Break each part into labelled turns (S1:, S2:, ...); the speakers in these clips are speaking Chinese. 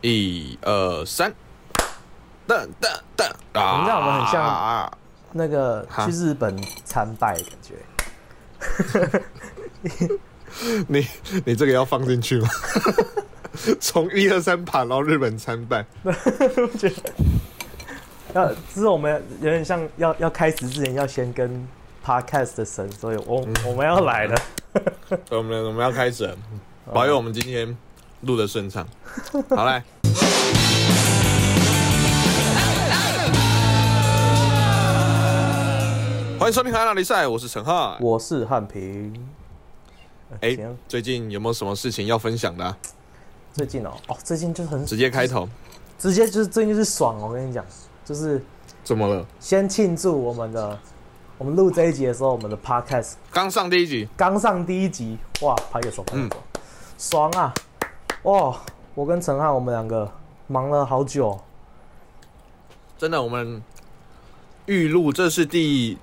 S1: 一二三，噔噔噔啊！
S2: 你知道我们很像
S1: 啊
S2: 那个
S1: 哈
S2: 去日本参拜的感觉，
S1: 你你这个要放进去吗？ 从一二三爬到日本参拜，
S2: 我觉得要之后我们有点像要要开始之前要先跟 podcast 的神说，我我们要来了，
S1: 我们我们要开始了，保佑我们今天录的顺 畅。好来，欢迎收听《海拉力赛》，我是陈浩。
S2: 我是汉平。
S1: 哎、
S2: 行
S1: 最近有没有什么事情要分享的啊、
S2: 最近哦，哦，最近就是很
S1: 直接开头，
S2: 直接就是最近就是爽哦，我跟你讲，就是
S1: 怎么了？
S2: 先庆祝我们的，我们录这一集的时候，我们的 podcast
S1: 刚上第一集，
S2: 刚上第一集，哇，拍个爽，拍个爽，爽啊！哇，我跟陈汉我们两个忙了好久，哦
S1: 真的我们预录，这是第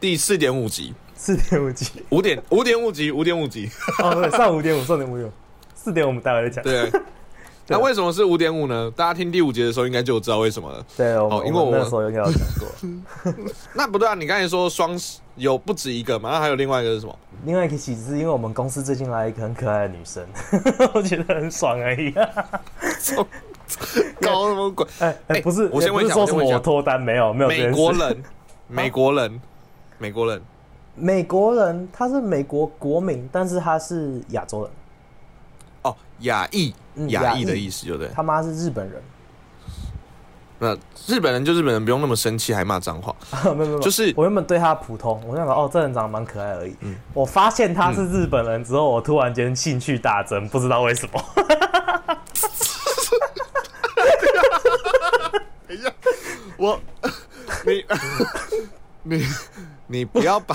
S1: 第四点五集，
S2: 四点五集，
S1: 五点五点五集，五点五集。
S2: 哦，对，上五点五，上点五点五，四点我们待会再 讲。
S1: 对，那为什么是五点五呢？大家听第五节的时候应该就知道为什么了。
S2: 对，我们、
S1: 哦因为我
S2: 我们那时候应该有讲过，
S1: 那不对啊，你刚才说双十有不止一个嘛，那还有另外一个是什么？
S2: 另外一个喜事，是因为我们公司最近来一个很可爱的女生， 我觉得很爽而已、
S1: 搞什么鬼？
S2: 哎、哎、
S1: 哎
S2: 不是，
S1: 我先问一
S2: 也
S1: 下
S2: 不
S1: 我先问
S2: 是说什
S1: 一
S2: 么
S1: 下
S2: 我脱单没有没有这件
S1: 美
S2: 事
S1: 国 人，美国人，美国人，
S2: 美国人他是美国国民，但是他是亚洲人，
S1: 哦，亚裔，
S2: 嗯
S1: 亚
S2: 亚
S1: 裔的
S2: 裔
S1: 意思，对不对？
S2: 他妈是日本人，
S1: 那日本人就日本人，不用那么生气，还骂脏话。
S2: 没有没有没有，
S1: 就是嗯
S2: 我原本对他普通，我想说哦，这人长得蛮可爱而已。我发现他是日本人之后，我突然间兴趣大增，不知道为什么。
S1: 我，你， 你，你不要 把，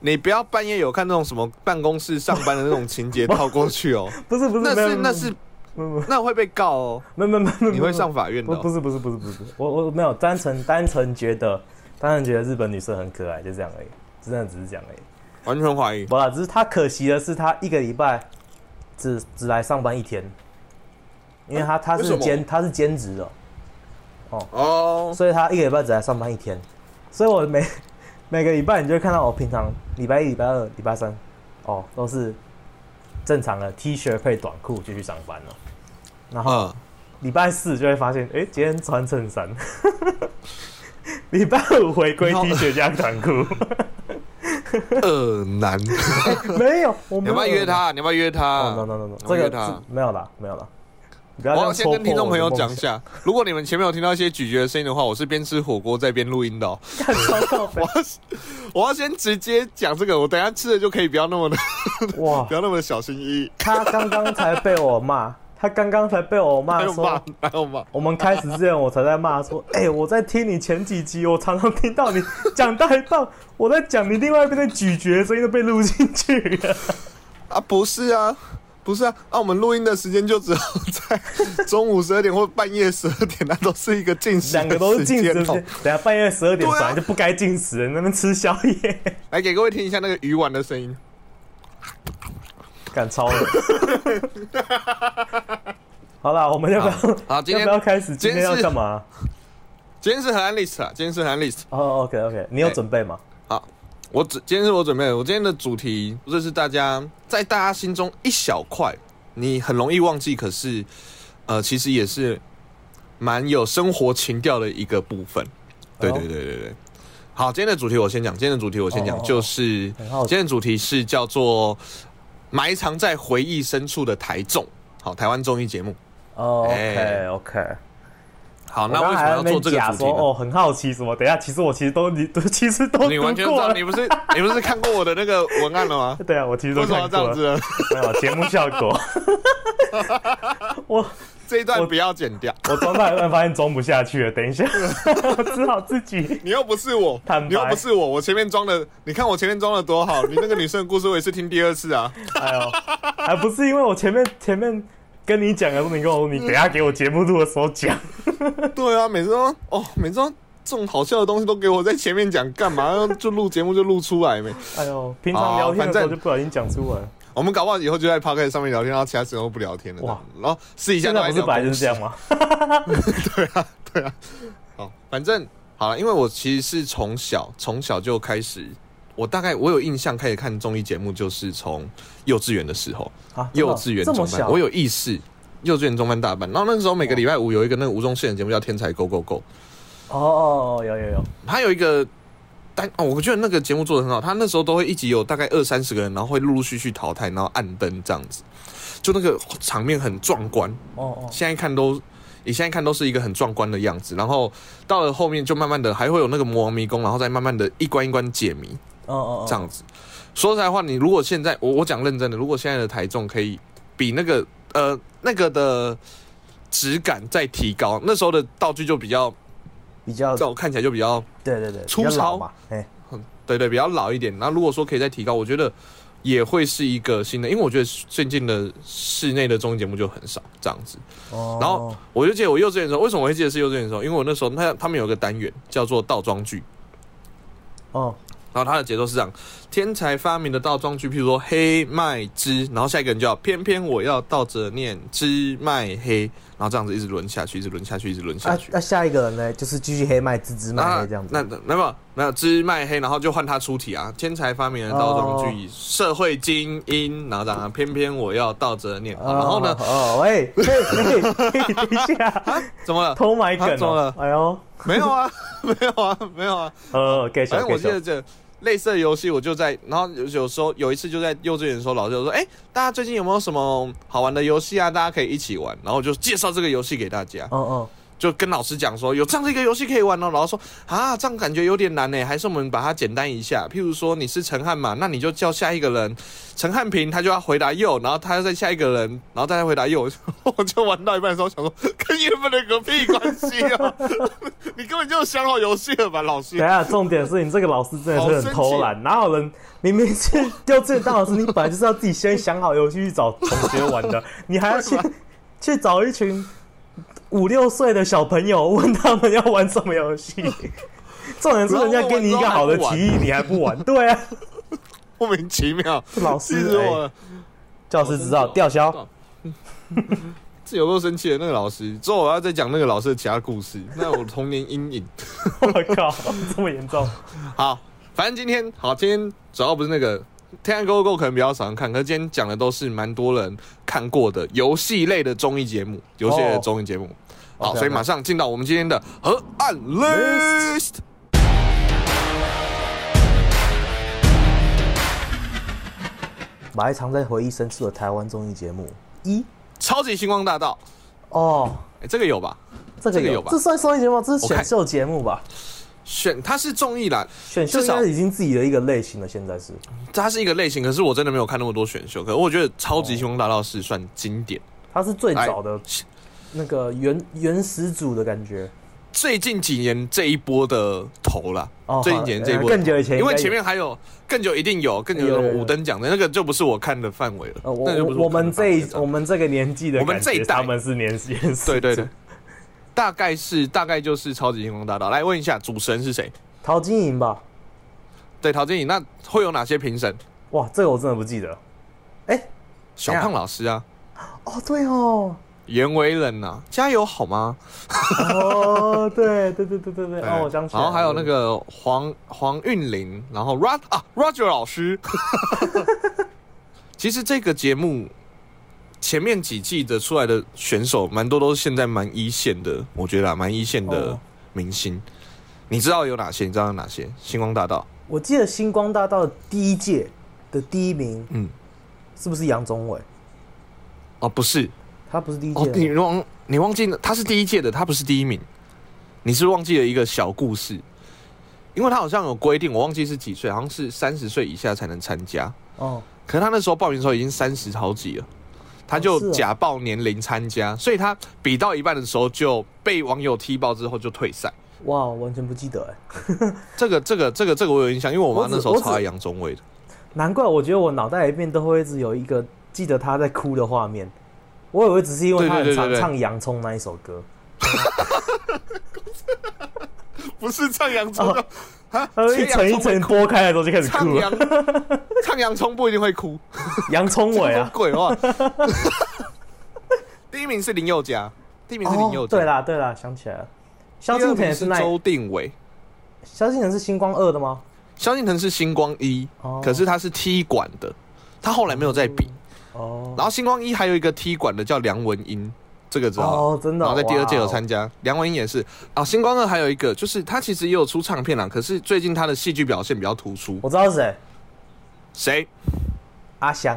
S1: 你不要半夜有看那种什么办公室上班的那种情节套过去 哦，
S2: 不是不是，
S1: 那
S2: 没有
S1: 是那是
S2: 没有没有
S1: 那会被告哦，
S2: 没有没有没有没有，
S1: 你会上法院的
S2: 不
S1: 哦、
S2: 不是不是不是不是，我我没有单纯单纯觉得单纯觉得日本女生很可爱，就这样而已，真的只是这样而已。
S1: 完全怀疑。
S2: 不啦，只是他可惜的是，他一个礼拜只只来上班一天，因为他他
S1: 为什
S2: 是
S1: 么
S2: 兼他是兼职的，
S1: 哦，
S2: 所以他一个礼拜只来上班一天，所以我每 每个礼拜你就会看到我平常礼拜一、礼拜二、礼拜三，哦，都是正常的 T 恤配短裤就去上班哦了。然后
S1: 嗯，
S2: 礼拜四就会发现，哎、今天穿衬衫。 礼拜五回归
S1: 你好
S2: T 恤加短裤，
S1: 恶男，
S2: 没有，我
S1: 你
S2: 没
S1: 要
S2: 有
S1: 不要约他？你要不要约他
S2: 哦，no no no no，
S1: 你要不要
S2: 这
S1: 约
S2: 个
S1: 他
S2: 这。没有啦，没有啦。你不要
S1: 我
S2: 这
S1: 要
S2: 样
S1: 先
S2: 戳
S1: 跟听众
S2: 破我
S1: 朋
S2: 的
S1: 友
S2: 梦
S1: 讲一
S2: 想，
S1: 下，如果你们前面有听到一些咀嚼的声音的话，我是边吃火锅在边录音的、哦。
S2: 干超靠 背
S1: 我要先直接讲这个，我等一下吃的就可以不要那么的，
S2: 哇
S1: 不！要那么的小心翼翼。
S2: 他刚刚才被我骂，他刚刚才被我
S1: 还
S2: 骂
S1: 有
S2: 说
S1: 骂，，还有骂。
S2: 我们开始之前，我才在骂说，哎、我在听你前几集，我常常听到你讲到一半，我在讲你另外一边的咀嚼声音都被录进去了。
S1: 啊，不是啊，不是啊，啊，我们录音的时间就只有在中午十二点或半夜十二点， 那都是一个进食的
S2: 两个都是进食
S1: 时
S2: 的
S1: 间
S2: 时
S1: 哦
S2: 间。，等下半夜十二点
S1: 对啊
S2: 本来就不该进食的，你在那边吃宵夜，
S1: 来给各位听一下那个鱼丸的声音，
S2: 赶超了。 好啦，我们要不要
S1: 好好今天
S2: 要不要开始？
S1: 今
S2: 今
S1: 天
S2: 天
S1: 是
S2: 要干嘛？
S1: 今天是荷兰 list 啊，今天是荷兰 list。
S2: 哦、o k OK，你有
S1: 哎
S2: 准备吗？
S1: 好，我只今天是我准备的，我今天的主题就是大家在大家心中一小块，你很容易忘记，可是呃，其实也是蛮有生活情调的一个部分。对
S2: 哦
S1: 对对对对。好，今天的主题我先讲，今天的主题我先
S2: 哦
S1: 讲，
S2: 哦哦
S1: 就是
S2: 很好奇
S1: 今天的主题是叫做埋藏在回忆深处的台中。好，台湾综艺节目。
S2: 哦、o k
S1: 哎
S2: OK，、
S1: 好，
S2: 我
S1: 那
S2: 刚
S1: 为
S2: 才
S1: 什么要
S2: 还在那
S1: 做
S2: 边
S1: 这个
S2: 假
S1: 主题
S2: 说
S1: 呢？
S2: 哦，很好奇什么？等一下，其实我其实都你 都其实都
S1: 你
S2: 读
S1: 完全知
S2: 过
S1: 道，
S2: 了
S1: 你不是你不是看过我的那个文案了吗？
S2: 对 啊，我其实
S1: 为
S2: 都
S1: 什么要
S2: 看
S1: 这样
S2: 过了
S1: 子。呢？
S2: 没有节目效果， 我
S1: 这一段
S2: 我
S1: 不要剪掉。
S2: 我装到一半发现装不下去了，等一下， 我只好自己。
S1: 你又不是我
S2: 坦，白
S1: 你又不是我，我前面装的，你看我前面装的多好，你那个女生的故事我也是听第二次 啊。
S2: 哎呦，还不是因为我前面前面跟你讲的时候，你跟我说你等一下给我节目录的时候讲，
S1: 对啊，每次都哦，每次都这种好笑的东西都给我在前 面讲，干嘛？就录节目就录出来没？
S2: 哎呦，平常聊天
S1: 好反
S2: 的时候
S1: 正
S2: 就不小心讲出来了。
S1: 我们搞不好以后就在 p o c a s t 上面聊天，然后其他时候不聊天了。
S2: 哇
S1: 哇！然后试一下
S2: 现
S1: 都
S2: 在
S1: 来
S2: 不是
S1: 聊
S2: 本来就
S1: 公
S2: 是
S1: 司
S2: 这样吗？
S1: 对啊，对啊。好，反正好了，因为我其实是从小从小就开始，我大概我有印象开始看综艺节目，就是从幼稚园的时候，
S2: 啊，真的
S1: 幼稚园
S2: 这么
S1: 中
S2: 小，
S1: 班，我有意识。幼稚园中班大班，然后那时候每个礼拜五有一个那个吴宗宪的节目叫《天才 Go Go Go》，
S2: 哦哦哦，有有有，
S1: 他有一个单哦，我觉得那个节目做的很好。他那时候都会一集有大概二三十个人，然后会陆陆续续淘汰，然后按灯这样子，就那个场面很壮观。
S2: 哦哦，
S1: 现在看都，你现在看都是一个很壮观的样子。然后到了后面就慢慢的还会有那个魔王迷宫，然后再慢慢的一关一关解谜
S2: 哦哦哦，
S1: 这样子。说实在话，你如果现在我我讲认真的，如果现在的台中可以比那个呃那个的质感再提高，那时候的道具就比较
S2: 比较
S1: 在我看起来就比较
S2: 对对对，
S1: 粗
S2: 比较老
S1: 糙
S2: 嘛，哎，
S1: 对对，比较老一点。那如果说可以再提高，我觉得也会是一个新的，因为我觉得最近的室内的综艺节目就很少这样子。
S2: 哦，
S1: 然后我就记得我幼稚园的时候，为什么我会记得是幼稚园的时候？因为我那时候他他们有个单元叫做倒装句，
S2: 哦
S1: 然后它的节奏是这样：天才发明的倒装句，譬如说黑麦汁，然后下一个人就要偏偏我要倒着念芝麦黑，然后这样子一直轮下去，一直轮下去，一直轮
S2: 那
S1: 下
S2: 啊
S1: 去。
S2: 那下一个人呢，就是继续黑麦、芝芝麦黑这样子，
S1: 那那那没有没有芝麦黑，然后就换他出题啊。天才发明的倒装句，社会精英，然后这样啊偏偏我要倒着念。
S2: 哦
S1: 然后呢，
S2: 哦喂，嘿嘿嘿等一下，
S1: 怎么了？
S2: 偷买梗
S1: 他怎么
S2: 哦
S1: 了，
S2: 哎呦，
S1: 没有啊，没有啊，没有啊。
S2: 呃，get
S1: 反
S2: 小
S1: 正我
S2: get
S1: 记得
S2: 小，
S1: 这类似的游戏，我就在，然后有有时候有一次就在幼稚园的时候，老师就说：“哎、大家最近有没有什么好玩的游戏啊？大家可以一起玩。”然后我就介绍这个游戏给大家，
S2: 哦哦，
S1: 就跟老师讲说有这样的一个游戏可以玩哦。然后说啊，这样感觉有点难欸呢，还是我们把它简单一下。譬如说你是陈汉嘛，那你就叫下一个人陈汉平，他就要回答右，然后他再下一个人，然后再回答右。我就玩到一半的时候想说，跟原本的有屁关系啊！ 你根本就想好游戏了吧，老师
S2: 等一？下，重点是你这个老师真的是很偷懒，哪有人明明是幼稚园当老师，你本来就是要自己先想好游戏去找同学玩 的，你还要去去找一群五六岁的小朋友，问他们要玩什么游 戏。重点是人家给你一个好的提议，你还不玩，对啊，
S1: 莫名 其妙，
S2: 老
S1: 气
S2: 师
S1: 死我
S2: 哎，
S1: 了！
S2: 教师执照吊 销。
S1: 这有够生气的那个老师，之后我要再讲那个老师的其他故 事，那我童年阴影。
S2: 我靠，这么严重？
S1: 好，反正今天好，今天主要不是那个《天安 Go Go》可能比较少人看，可是今天讲的都是蛮多人看过的游戏类的综艺节目，游戏类的综艺节目。
S2: 哦
S1: 好，
S2: 对啊
S1: 所以马上进到我们今天的河岸 list。
S2: 我还常在回忆深处的台湾综艺节目一
S1: 超级星光大道，
S2: 哦，
S1: 哎，这个有吧？
S2: 这个
S1: 这个
S2: 有
S1: 有，吧
S2: 这算综艺节目吗？这是
S1: 我
S2: 选
S1: 看
S2: 秀节目吧？
S1: 选它是综艺啦，
S2: 选秀应
S1: 至少
S2: 该已经自己的一个类型了，现在是
S1: 它是一个类型，可是我真的没有看那么多选秀，可是我觉得超
S2: 哦
S1: 级星光大道是算经典。
S2: 它是最
S1: 哎
S2: 早的那个原原始组的感觉
S1: 最近几年这一波的头啦，
S2: 哦
S1: 最近几年这一波的头
S2: 更久以前应该
S1: 因
S2: 有
S1: 为前面还有更久一定有更久
S2: 有
S1: 有
S2: 有有
S1: 五等奖的那个就不是我看的范围了，
S2: 呃，我
S1: 那个就不是
S2: 我我们
S1: 看的范围
S2: 这
S1: 了
S2: 一我们这个年纪的感觉，
S1: 我们这一代
S2: 他们是年纪原始
S1: 对对
S2: 组
S1: 对，，大概是大概就是超级星光大道。来问一下主持人是谁？
S2: 陶晶莹吧？
S1: 对，陶晶莹，那会有哪些评审？
S2: 哇，这个我真的不记得了。哎、
S1: 小
S2: 等一下
S1: 胖老师啊，
S2: 哦对哦，
S1: 袁惟仁呐，加油好吗？
S2: 哦对对对对对对，哦我想起来
S1: 然
S2: 了，
S1: 后还有那个黄黄韵玲，然后 Rod 啊 Roger 老师。 其实这个节目前面几季的出来的选手，蛮多都是现在蛮一线的，我觉得啊，蛮一线的
S2: 哦
S1: 明星。你知道有哪些？你知道有哪些？星光大道，
S2: 我记得星光大道第一届的第一名
S1: 嗯，
S2: 是不是杨宗纬？
S1: 哦，不是，
S2: 他不是第一
S1: 哦，你
S2: 届吗，
S1: 忘你忘记了，他是第一届的，他不是第一名，你是忘记了一个小故事，因为他好像有规定，我忘记是几岁，好像是三十岁以下才能参加。
S2: 哦
S1: 可是他那时候报名的时候已经三十好几了，他
S2: 哦是
S1: 就
S2: 哦
S1: 假报年龄参加，所以他比到一半的时候就被网友踢爆之后就退赛。
S2: 哇，我完全不记得哎，
S1: 这个这个这个这个我有印象，因为我
S2: 我
S1: 妈
S2: 只
S1: 那时候
S2: 我只
S1: 超爱杨宗纬的。
S2: 难怪我觉得我脑袋里面都会一直有一个记得他在哭的画面。我以为只是因为他很
S1: 对对对
S2: 常
S1: 对对
S2: 唱《洋葱》那一首歌，
S1: 不是唱洋葱
S2: 哦
S1: 就啊，
S2: 它
S1: 切
S2: 一层一
S1: 洋葱
S2: 层剥开的时候就开始
S1: 唱
S2: 哭了。
S1: 洋 唱洋葱不一定会哭，
S2: 洋葱尾
S1: 什么
S2: 啊，
S1: 鬼 话！第一名是林宥嘉，第一名是林宥
S2: 哦，
S1: 嘉，
S2: 对啦对啦，想起来了，萧
S1: 第二
S2: 敬腾
S1: 名
S2: 也
S1: 是
S2: 那一，
S1: 周定伟，
S2: 萧敬腾是星光二的吗？
S1: 萧敬腾是星光一，
S2: 哦，
S1: 可是他是踢馆的，他后来没有再比。
S2: 哦，
S1: 然后星光一还有一个踢馆的叫梁文音，这个知道吗？
S2: 哦，真的
S1: 然
S2: 哦，
S1: 后在第二届有
S2: 哇哦
S1: 参加，梁文音也是啊。星光二还有一个，就是他其实也有出唱片啦，可是最近他的戏剧表现比较突出。
S2: 我知道是谁，
S1: 谁
S2: 阿香，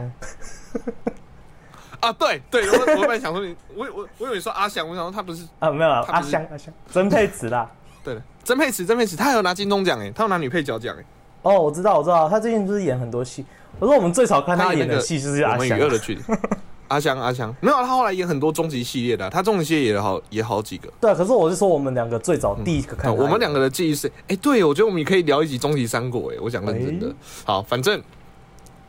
S1: 啊？对对，我我本来想说你， 我我我以为你说阿翔，我想说他不是
S2: 啊，没有啦，
S1: 他
S2: 阿
S1: 不是
S2: 香阿香，曾沛慈啦。
S1: 对了。曾沛慈，曾沛慈，他有拿金钟奖哎，他有拿女配角奖哎。
S2: 哦，我知道我知道，他最近不是演很多戏，我说我们最少看
S1: 他
S2: 他
S1: 演
S2: 演
S1: 那个
S2: 的戏就是
S1: 我
S2: 阿
S1: 们与
S2: 香，
S1: 恶的距离。阿翔，阿翔，没有，啊他后来演很多终极系列的啊、他终极系列也好也好几个。
S2: 对，可是我是说我们两个最早第一个看
S1: 啊
S2: 他演、
S1: 我们两个的记忆是，哎、对，我觉得我们也可以聊一集《终极三国》哎，我讲认真的。
S2: 诶
S1: 好，反正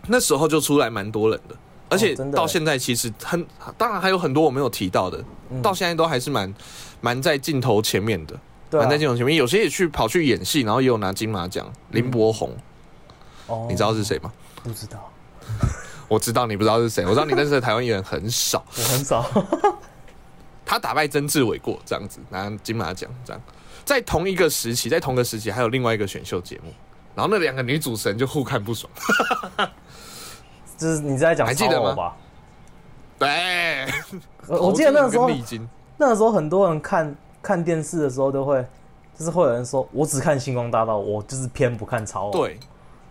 S1: 那时候就出来蛮多人的，而且
S2: 哦真的
S1: 到现在其实很，当然还有很多我没有提到的，
S2: 嗯
S1: 到现在都还是蛮蛮在镜头前面的，
S2: 对、
S1: 蛮、
S2: 啊
S1: 在，镜头前面。有些也去跑去演戏，然后也有拿金马奖。林柏宏，
S2: 哦
S1: 你知道是谁吗？
S2: 不知道？
S1: 我知道你不知道是谁，我知道你认识的台湾艺人很少。
S2: 我很少
S1: 他打败曾志伟过，这样子拿金马奖，这样在同一个时期，在同个时期还有另外一个选秀节目，然后那两个女主持人就互看不爽。
S2: 就是你在讲
S1: 还记得
S2: 超偶
S1: 吗
S2: 吧？
S1: 对，
S2: 我我记得那个时候
S1: 跟，丽晶
S2: 那个时候很多人看看电视的时候都会，就是会有人说，我只看《星光大道》，我就是偏不看超偶，，
S1: 对，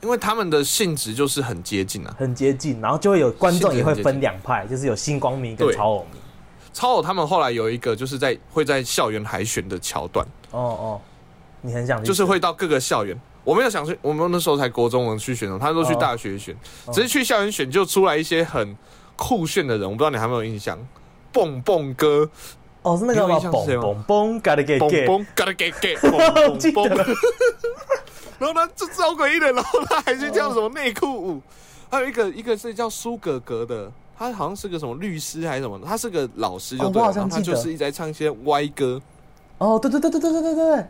S1: 因为他们的性质就是很接近啊。
S2: 很接近，然后就会有观众也会
S1: 性质很接
S2: 分
S1: 近
S2: 两派，就是有星光迷跟
S1: 对
S2: 超偶迷。
S1: 超偶他们后来有一个就是在会在校园海选的桥段，
S2: 哦哦，你很想去
S1: 就是
S2: 选
S1: 会到各个校园。我没有想去，我们那时候才国中，我们去选的，他们都去
S2: 哦
S1: 大学选，只是去校园选就出来一些很酷炫的人，我不知道你还有没有印象，蹦蹦哥。
S2: 哦是那个
S1: 你有
S2: 吗？
S1: 印象是
S2: 嘣
S1: 谁吗
S2: 嘣嘣，gotta get
S1: 嘣
S2: get，
S1: 嘣，嘎啦给给，
S2: 我
S1: 嘣
S2: 记
S1: 嘣
S2: 得了
S1: 嘣。然后他就招鬼一人，然后他还去跳什么内裤舞，还有一个一个是叫苏格格的，他好像是个什么律师还是什么，他是个老师就
S2: 哦
S1: 对
S2: 我
S1: 了，然
S2: 好像
S1: 后他
S2: 记
S1: 就
S2: 得
S1: 是一直在唱一些歪歌，
S2: 哦对对对对对对对对对，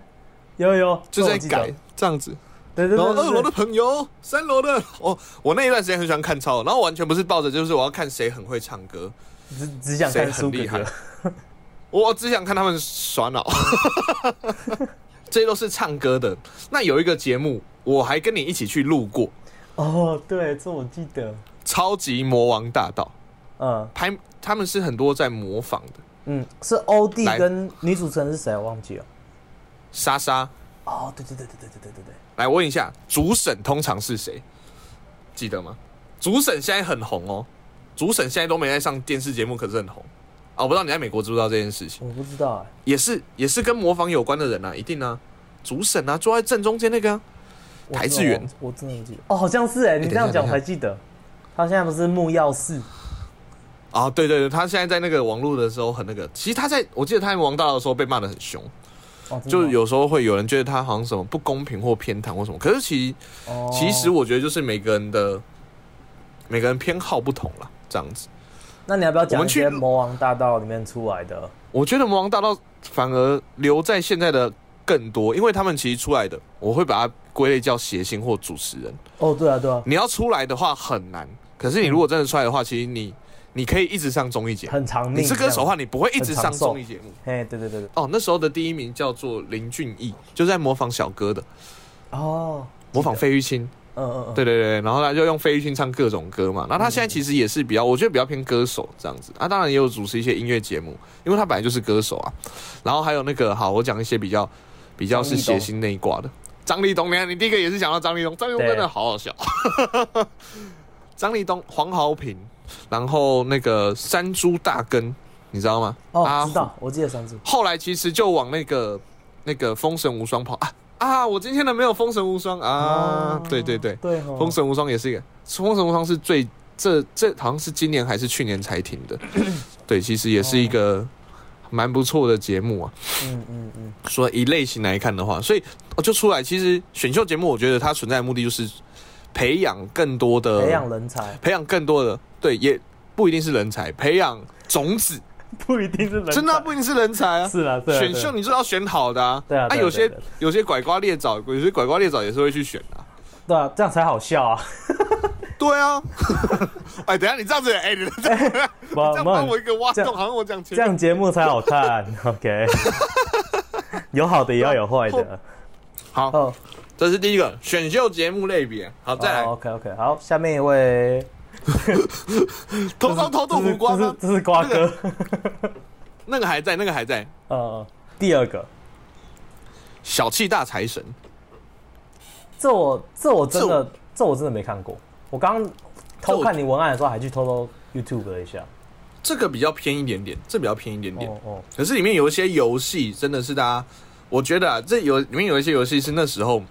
S2: 有有，
S1: 就
S2: 这
S1: 在
S2: 我记得
S1: 改，这样子。
S2: 对对对
S1: 然后
S2: 对对，
S1: 二楼的朋友，三楼的哦，我那一段时间很喜欢看超，然后完全不是抱着就是我要看谁很会唱歌，
S2: 只只想看
S1: 谁
S2: 苏
S1: 很
S2: 哥
S1: 厉害
S2: 哥，
S1: 我只想看他们耍 脑，这些都是唱歌的。那有一个节目，我还跟你一起去录过，
S2: 哦对，这我记得，
S1: 超级魔王大道，
S2: 嗯
S1: 拍他们是很多在模仿的。
S2: 嗯，是欧弟
S1: 来
S2: 跟女主持人是谁啊我忘记了，
S1: 莎莎，
S2: 哦对对对对对对对对对，
S1: 来问一下，主审通常是谁？记得吗？主审现在很红哦，主审现在都没在上电视节目，可是很红。啊，我不知道你在美国知不知道这件事情，
S2: 我不知道哎，
S1: 也是也是跟模仿有关的人啊，一定啊，主审啊，坐在正中间那个、啊，
S2: 我真的
S1: 台志远
S2: 忘记，我真的不记得，哦好像是哎，你
S1: 等一
S2: 这
S1: 下
S2: 样讲
S1: 等一
S2: 我
S1: 下
S2: 才记得，他现在不是木曜四，
S1: 啊，对对对，他现在在那个网络的时候很那个，其实他在我记得他在王大道的时候被骂的很凶，
S2: 哦真的
S1: 就是
S2: 吗
S1: 有时候会有人觉得他好像什么不公平或偏袒或什么，可是其实
S2: 哦
S1: 其实我觉得就是每个人的每个人偏好不同啦，这样子。
S2: 那你要不要
S1: 我
S2: 讲
S1: 们
S2: 一
S1: 去
S2: 些魔王大道里面出来的？
S1: 我觉得魔王大道反而留在现在的更多，因为他们其实出来的，我会把它归类叫谐星或主持人。
S2: 哦对啊对啊，
S1: 你要出来的话很难，可是你如果真的出来的话，其实你你可以一直上综艺节目。
S2: 很长
S1: 你
S2: 命这
S1: 是
S2: 样，
S1: 歌手的话，你不会一直
S2: 很
S1: 上
S2: 长寿
S1: 综艺节目。
S2: 嘿对对对对，
S1: 哦，那时候的第一名叫做林俊逸，就在模仿小哥的，
S2: 哦
S1: 模仿费玉清。
S2: 嗯嗯嗯，
S1: 对对对，然后他就用费玉清唱各种歌嘛。那他现在其实也是比较，我觉得比较偏歌手这样子。啊，当然也有主持一些音乐节目，因为他本来就是歌手啊。然后还有那个，好，我讲一些比较比较是
S2: 张立
S1: 谐
S2: 东
S1: 星那一挂的。张立东，你看你第一个也是讲到张立东，张立东
S2: 对
S1: 真的好好笑。 张立东、黄豪平，然后那个山猪大根，你知道吗？阿
S2: 哦
S1: 虎
S2: 知道，我记得三组，
S1: 后来其实就往那个那个《封神无双》跑啊啊！我今天的没有《封神无双》啊，
S2: 哦
S1: 对对对，《
S2: 对哦，
S1: 封神无双》也是一个，《封神无双》是最这这好像是今年还是去年才停 的，对，其实也是一
S2: 哦
S1: 个蛮不错的节目啊。
S2: 嗯嗯嗯，
S1: 说以类型来看的话，所以我就出来，其实选秀节目我觉得它存在的目的就是培养更多的
S2: 培养人才，
S1: 培养更多的对，也不一定是人才，培养种子，
S2: 不一定是人才，
S1: 真的啊不一定是人才啊。
S2: 是啦，对啊
S1: 选秀你就是要选好的啊。
S2: 对啊对啊
S1: 有些
S2: 对啊对啊
S1: 有些拐瓜裂枣，有些拐瓜裂枣也是会去选的啊。
S2: 对啊，这样才好笑啊！
S1: 对啊。 哎，等一下你这样子，哎，你这样
S2: 我
S1: 这样帮
S2: 们
S1: 我一个挖
S2: 这
S1: 洞，
S2: 样
S1: 好像我讲前
S2: 这
S1: 面
S2: 样节目才 好看。OK，有好的也要有坏的。
S1: 好，
S2: 哦，
S1: 这是第一个选秀节目类别。好，再来
S2: OK OK，好，下面一位
S1: 头上头豆
S2: 这是
S1: 腐瓜
S2: 这
S1: 吗
S2: 是？这是瓜哥。
S1: 那个还在，那个还在。
S2: 呃，第二个，
S1: 小气大财神，
S2: 这我这我真
S1: 这
S2: 的这我真的没看过。我刚刚偷看你文案的时候，还去偷偷 YouTube 了一下。
S1: 这个比较偏一点点，这比较偏一点点。
S2: 哦哦，
S1: 可是里面有一些游戏真的是大家，我觉得啊，这有里面有一些游戏是那时候，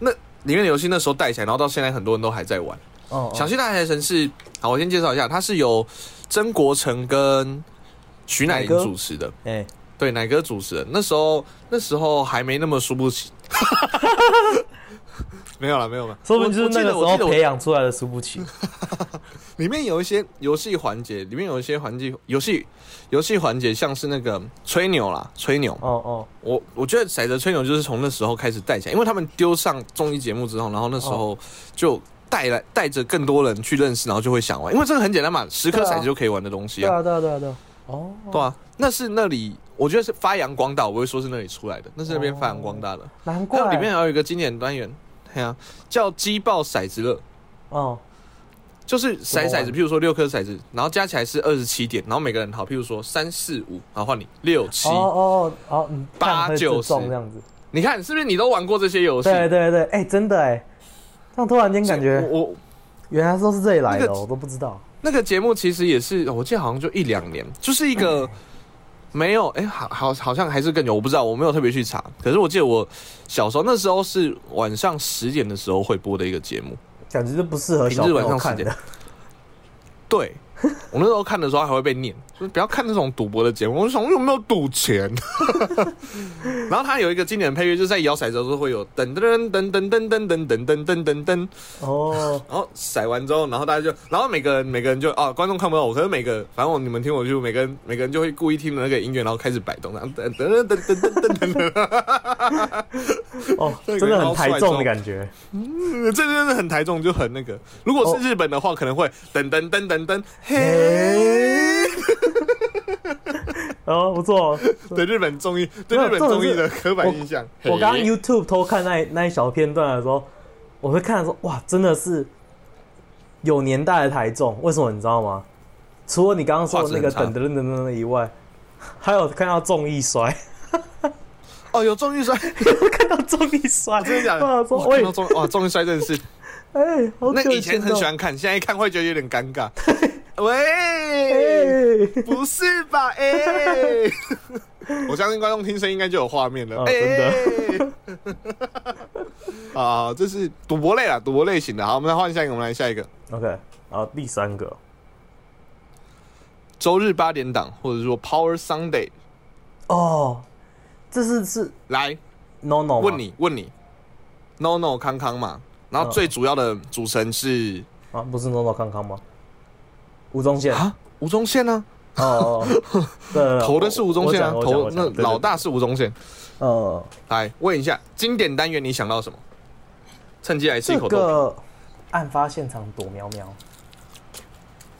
S1: 那里面的游戏那时候带起来，然后到现在很多人都还在玩。
S2: 哦，哦
S1: 小气大财神是好，我先介绍一下，它是由曾国成跟徐乃麟
S2: 乃哥
S1: 主持的，
S2: 哎，
S1: 对，奶哥主持人。那时候那时候还没那么输不起， 没有了没有了，
S2: 说不定就
S1: 我
S2: 是那个时
S1: 我记得我记得
S2: 候
S1: 我
S2: 培养出来的输不起。
S1: 里面有一些游戏环节，里面有一些环节游戏游戏环节，像是那个吹牛啦，吹牛。
S2: 哦哦，
S1: 我我觉得骰子吹牛就是从那时候开始带起来，因为他们丢上综艺节目之后，然后那时
S2: 哦
S1: 候就带来带着更多人去认识，然后就会想玩，因为这个很简单嘛，十颗
S2: 对啊
S1: 骰子就可以玩的东西
S2: 对
S1: 啊，
S2: 啊对啊对啊对啊。哦，
S1: 对啊，那是那里我觉得是发扬光大，我不会说是那里出来的，那是那边发扬光大的。
S2: 难
S1: 还有
S2: 怪
S1: 里面还有一个经典单元，对啊，叫击爆骰子乐。
S2: 哦
S1: 就是骰
S2: 怎么
S1: 骰子，
S2: 玩
S1: 譬如说六颗骰子，然后加起来是二十七点，然后每个人好，譬如说三四五，然后换你六七
S2: 哦。哦哦，嗯
S1: 八
S2: 这样会自
S1: 九十
S2: 中这样子。
S1: 你看是不是你都玩过这些游戏？
S2: 对对对，哎，真的哎，这样突然间感觉
S1: 我我
S2: 原来都是这里来
S1: 那
S2: 的
S1: 个
S2: 哦，我都不知道。
S1: 那个节目其实也是，我记得好像就一两年，就是一
S2: 嗯
S1: 个没有哎、好好好像还是更久，我不知道，我没有特别去查。可是我记得我小时候那时候是晚上十点的时候会播的一个节目，
S2: 感觉就不适合
S1: 平
S2: 小
S1: 日
S2: 朋
S1: 晚
S2: 友
S1: 上
S2: 看
S1: 10
S2: 的
S1: 点。对。我那时候看的时候还会被念，就是不要看那种赌博的节目。我就想，我有没有赌钱？ 然后它有一个经典的配乐，就是在摇骰子的时候会有噔噔噔噔噔噔噔噔噔噔噔噔，
S2: 哦，
S1: 然后骰完之后，然后大家就，然后每个人每个人就哦，观众看不到我，可是每个反正我你们听我就每个人每个人就会故意听那个音乐，然后开始摆动，然后噔噔噔噔噔噔噔噔，
S2: 哦，
S1: 那个
S2: 真的很
S1: 高帅
S2: 台中
S1: 中
S2: 的感觉。
S1: 这真的很台中，就很那个。如果是日本的话，可能会噔噔噔噔噔，嘿。
S2: 哦，不错哦。
S1: 对日本综艺，对
S2: 没有
S1: 日本
S2: 重
S1: 综
S2: 点
S1: 艺
S2: 是
S1: 的刻板印象。
S2: 我刚刚
S1: 嘿
S2: YouTube 偷看那一那一小片段的时候，我会看的时候，哇，真的是有年代的台中。为什么你知道吗？除了你刚刚说的那个
S1: 画质很
S2: 等等等等等以外，还有看到重易摔，
S1: 哦，有综艺摔，
S2: 看到重易摔，
S1: 真的假的？
S2: 哇说
S1: 哇
S2: 喂
S1: 看到综哇综艺摔真的 是，
S2: 哎，好
S1: 那
S2: 久
S1: 以前很喜
S2: 哦。
S1: 欢看，现在一看会觉得有点尴 尬。
S2: 哎
S1: 喂，不是吧？哎、 我相信观众听声应该就有画面了。
S2: 哦
S1: 哎、
S2: 真
S1: 的。 啊，这是赌博类啦，赌博类型的。好，我们来换下一个，我们来下一个。
S2: ，OK，然后第三个
S1: 周日八点档，或者说 Power Sunday，
S2: 哦，这是是
S1: 来
S2: No No 吗
S1: 问你，问你，No No 康康嘛。然后
S2: 嗯
S1: 最主要的主持人是
S2: 啊，不是 No No 康康吗？吴宗宪
S1: 啊，吴宗宪啊，
S2: 哦，哦哦对对，对
S1: 投的是吴宗宪啊，
S2: 我我讲
S1: 投
S2: 我讲
S1: 那
S2: 我讲对
S1: 老
S2: 对
S1: 大是吴宗宪。
S2: 呃，
S1: 来问一下，经典单元你想到什么？趁机来吃一
S2: 这
S1: 口豆
S2: 个案发现场躲喵喵，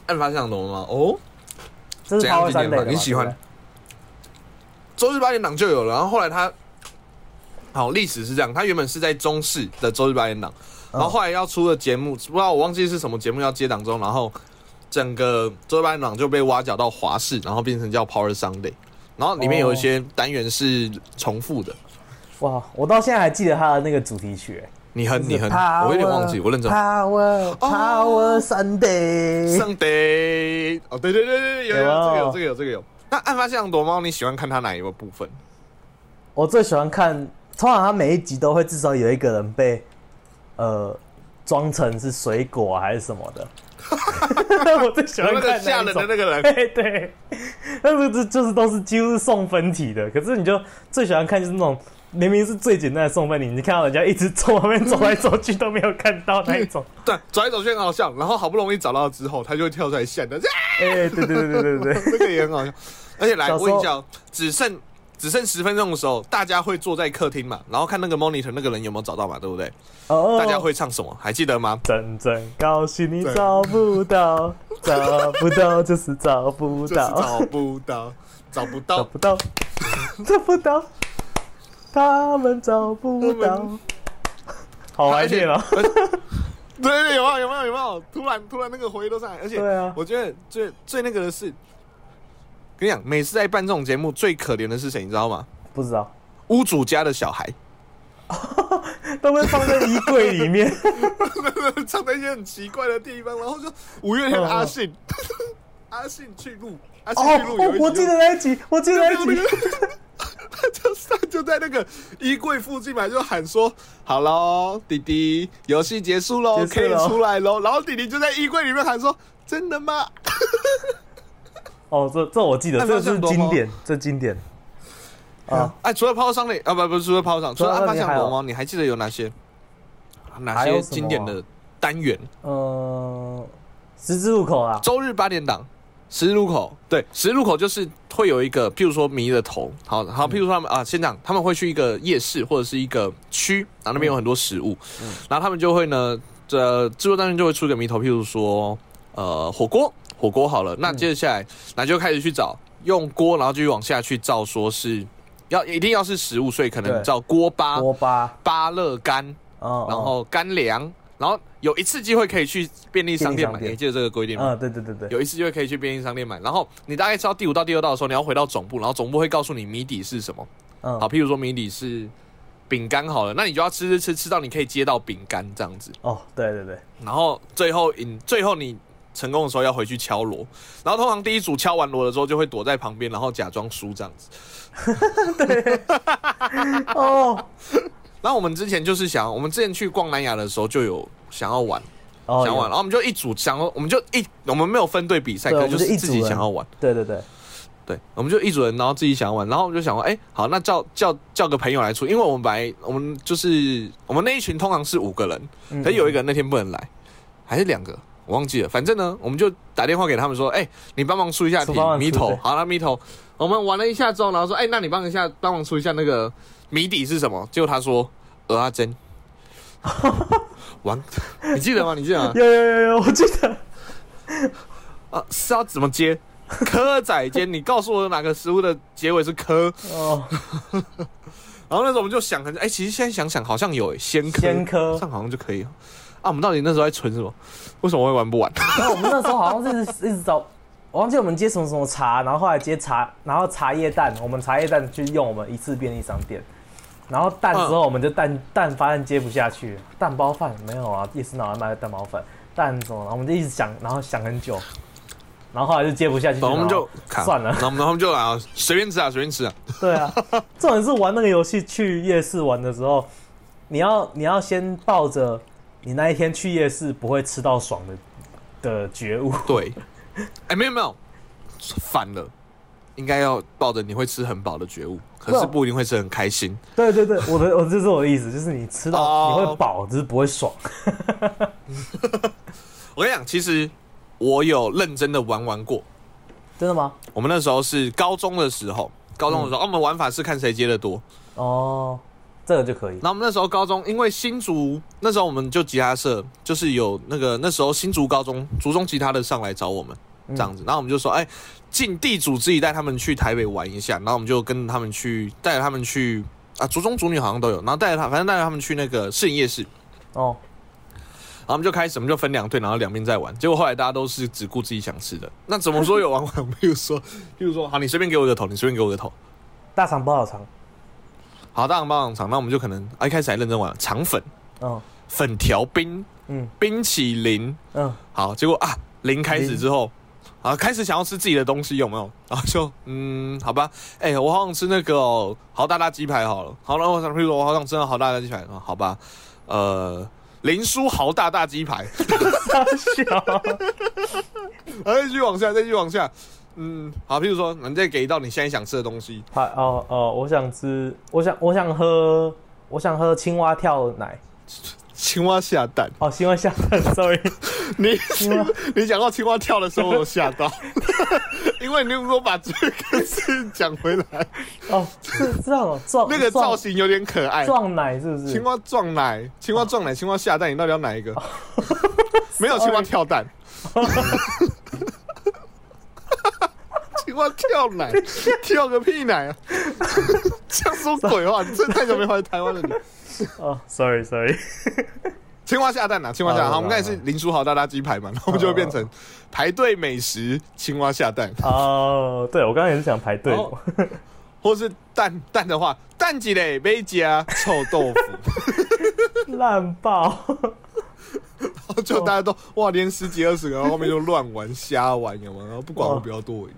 S1: 案发现场懂了吗？哦，
S2: 这是
S1: 怎
S2: 台
S1: 样
S2: 湾三类的
S1: 纪念
S2: 嘛，
S1: 版你喜欢
S2: 对不
S1: 周日八点档就有了，然后后来他，好历史是这样，他原本是在中视的周日八点档，然后后来要出了节目，不知道我忘记是什么节目要接档之后，然后整个周日八点档就被挖角到华视，然后变成叫 Power Sunday，然后里面有一些单元是重复的，
S2: 对哇，我到现在还记得他的那个主题曲，
S1: 你很你
S2: 就是
S1: 很，
S2: Power-
S1: 我有点忘记，我认真。
S2: Power
S1: 哦
S2: Power Sunday，
S1: Sunday，哦，对对对对，有有有
S2: 有
S1: 这
S2: 啊
S1: 个有这个有这个有。那案发现场躲猫，你喜欢看它哪一个部分？
S2: 我最喜欢看，通常他每一集都会至少有一个人被呃装成是水果还是什么 的，我最喜欢
S1: 那
S2: 看
S1: 个
S2: 一
S1: 吓人的
S2: 种
S1: 那个人，
S2: 对对，但是这就是都是几乎是送分题的，可是你就最喜欢看就是那种明明是最简单的送分题，你看到人家一直从旁边走来走去都没有看到那 一种。
S1: 对，走来走去很好笑，然后好不容易找到之后，他就会跳出来吓你，
S2: 哎、对对对对对对，
S1: 这个也很 好笑。而且来
S2: 小时候
S1: 问一下哦，只剩只剩十分钟的时候，大家会坐在客厅嘛，然后看那个 monitor 那个人有没有找到嘛，对不对？
S2: 哦，
S1: 大家会唱什么？还记得吗？
S2: 真正高兴你找不到，找不到就是找不
S1: 就是
S2: 到，
S1: 找不到，找不
S2: 找
S1: 到，
S2: 不到，找不到，他们找不
S1: 他
S2: 到。好怀念哦，
S1: 而且。而且对对，有啊有没有有没有？突然突然那个回忆都上来，而且
S2: 对啊
S1: 我觉得最最那个的是，跟你讲，每次在办这种节目，最可怜的是谁，你知道吗？
S2: 不知道，
S1: 屋主家的小孩，
S2: 都会放在衣柜里 面。
S1: 唱在一些很奇怪的地方，然后就五月天的阿信， 阿信去录，阿信
S2: 嗯哦
S1: 去录，有一
S2: 哦
S1: 集
S2: 我记得那一集，我记得那一
S1: 那
S2: 集，
S1: 个， 他就是他就在那个衣柜附近嘛，就喊说：“好喽，弟弟，游戏结束喽，
S2: 结
S1: 可
S2: 束
S1: 以
S2: 咯
S1: 出来喽。”然后弟弟就在衣柜里面喊说：“真的吗
S2: 哦，这这我记得，
S1: 那没有
S2: 这是
S1: 像多吗
S2: 经典，这 经典。啊，？”
S1: 哎，除了泡桑的啊，不不，除了泡桑，除了
S2: 除了
S1: 安
S2: 那
S1: 巴
S2: 里
S1: 响
S2: 还有
S1: 龙哦王，你还记得有哪些哪
S2: 还有
S1: 些
S2: 什么
S1: 经典的单元？
S2: 呃，十字路口啦，啊
S1: 周日八点档。十字路口，对，十字路口就是会有一个，譬如说迷的头，好
S2: 嗯
S1: 好，譬如说他们啊，现场他们会去一个夜市或者是一个区，然后那边
S2: 嗯
S1: 有很多食物，然后他们就会呢，这制作单元就会出一个谜头，譬如说呃火锅，火锅好了，那
S2: 嗯
S1: 接下来那就开始去找用锅，然后继续往下去照，说是要一定要是食物，所以可
S2: 对
S1: 能照锅巴、
S2: 锅巴，
S1: 芭乐干，
S2: 嗯，
S1: 然后干粮，然后有一次机会可以去便利商店买，
S2: 便利商店
S1: 你还记得这个规定吗？
S2: 嗯，对对对对，
S1: 有一次就会可以去便利商店买，然后你大概知道第五到第二道的时候，你要回到总部，然后总部会告诉你谜底是什么。
S2: 嗯，
S1: 好，譬如说谜底是饼干好了，那你就要吃吃吃吃到你可以接到饼干这样子，
S2: 哦，对 对对，
S1: 然后最后你最后你成功的时候要回去敲锣，然后通常第一组敲完锣了之后就会躲在旁边，然后假装输这样子。
S2: 哦
S1: 然后我们之前就是想，我们之前去逛南亚的时候就有想要玩，
S2: 哦，
S1: 想要玩，然后我们就一组想要，我们就一我们没有分队比赛，
S2: 对
S1: 可能
S2: 我们
S1: 就是
S2: 一
S1: 自
S2: 组
S1: 己
S2: 人
S1: 想要玩。
S2: 对对对，
S1: 对，我们就一组人，然后自己想玩，然后我们就想说，哎、好，那叫叫叫个朋友来出，因为我们本来我们就是我们那一群通常是五个人，
S2: 嗯
S1: 可是有一个人那天不能来，还是两个，我忘记了，反正呢，我们就打电话给他们说，哎、你帮忙出一下题
S2: 帮忙，出
S1: 谜头
S2: 对，
S1: 好了，谜头，我们玩了一下之后，然后说，哎、那你帮一下，帮忙出一下那个谜底是什么？结果他说，鹅阿珍，玩，你记得吗？你记得 吗？
S2: 有有有有，我记得，
S1: 啊，是要怎么接？科仔煎，你告诉我哪个食物的结尾是科？
S2: 哦，
S1: 然后那时候我们就想很，哎、其实现在想想好像有、欸、先科，
S2: 先科
S1: 上好像就可以了。啊，我们到底那时候在存什么？为什么会玩不完？
S2: 然后我们那时候好像是一直找，我忘记我们接什么什么茶，然后后来接茶，然后茶叶蛋，我们茶叶蛋去用我们一次便利商店，然后蛋之后我们就蛋蛋发现接不下去，蛋包饭没有啊，夜市哪来卖的蛋包饭？蛋什么？然后我们就一直想，然后想很久，然后后来就接不下 去，
S1: 然后我们就
S2: 然后算了
S1: 然。后我们然后我们就啊，随便吃啊，随便吃啊。
S2: 对啊，重点是玩那个游戏去夜市玩的时候，你要你要先抱着你那一天去夜市不会吃到爽的的觉悟。
S1: 对， 哎、没有没有，反了，应该要抱着你会吃很饱的觉悟，可是
S2: 不
S1: 不一定会吃很开心。
S2: 对对对，我的我这是我的意思，就是你吃到、
S1: 哦
S2: 你会饱，只是不会爽。
S1: 我跟你讲，其实我有认真的玩玩过。
S2: 真的吗？
S1: 我们那时候是高中的时候，高中的时候，哦我们玩法是看谁接的多。
S2: 哦，这个就可以。
S1: 然后我们那时候高中，因为新竹那时候我们就吉他社，就是有那个那时候新竹高中竹中吉他的上来找我们这样子，然后我们就说，哎，进地组织己带他们去台北玩一下，然后我们就跟他们去带着他们去啊，竹中竹女好像都有，然后带着他，反正带着他们去那个市营夜市，
S2: 哦，
S1: 然后我们就开始，我们就分两队，然后两边在玩。结果后来大家都是只顾自己想吃的。那怎么说有玩 玩？比如说，比如说，好，你随便给我一个头，你随便给我一个头。
S2: 大肠包小肠。
S1: 好，大肠包小肠，那我们就可能啊一开始还认真玩肠粉、
S2: 嗯
S1: 粉条冰、
S2: 嗯
S1: 冰淇淋，
S2: 嗯，
S1: 好，结果啊，零开始之后，啊，开始想要吃自己的东西，有没 有？然后就嗯，好吧，哎、我好想吃那个、哦、好大大鸡排好了。好了，我想，譬如说我好想吃那好大大鸡排，啊好吧，呃，林叔豪大大鸡排，
S2: 傻笑。
S1: 哎然后再继续往下，再继续往下，嗯，好，譬如说，你再给一道你现在想吃的东西，
S2: 好哦哦，我想吃，我想我想喝，我想喝青蛙跳奶。
S1: 青蛙下蛋。
S2: 哦，青蛙下蛋，sorry，
S1: 你
S2: 青蛙
S1: 你讲到青蛙跳的时候，我有吓 到，因为你如果把这个事讲回来，
S2: 哦，是这样哦，撞
S1: 那个
S2: 撞
S1: 造型有点可爱。
S2: 撞奶是不是
S1: 青？蛙撞
S2: 嗯
S1: 奶，青蛙撞奶，青蛙下蛋，你到底要哪一个？
S2: 哦
S1: 没有青蛙跳 蛋，青蛙跳 奶，跳个屁奶啊！像说鬼话，你真的太久没回台湾了你。
S2: 哦，sorry sorry，
S1: 青蛙下蛋呐、啊，青蛙下蛋。
S2: 好
S1: 好，我们刚才
S2: 好
S1: 是林书豪大大鸡排嘛，然后我们就会变成排队美食青蛙下蛋，
S2: 哦，对我刚刚也是想排队，
S1: 哦或是蛋蛋的话，蛋几嘞，杯加臭豆 腐，
S2: 烂爆，
S1: 然后就大家都哇，连十几二十个，然后后面就乱玩瞎玩，有没有？然后不
S2: 哦
S1: 管我不要多赢。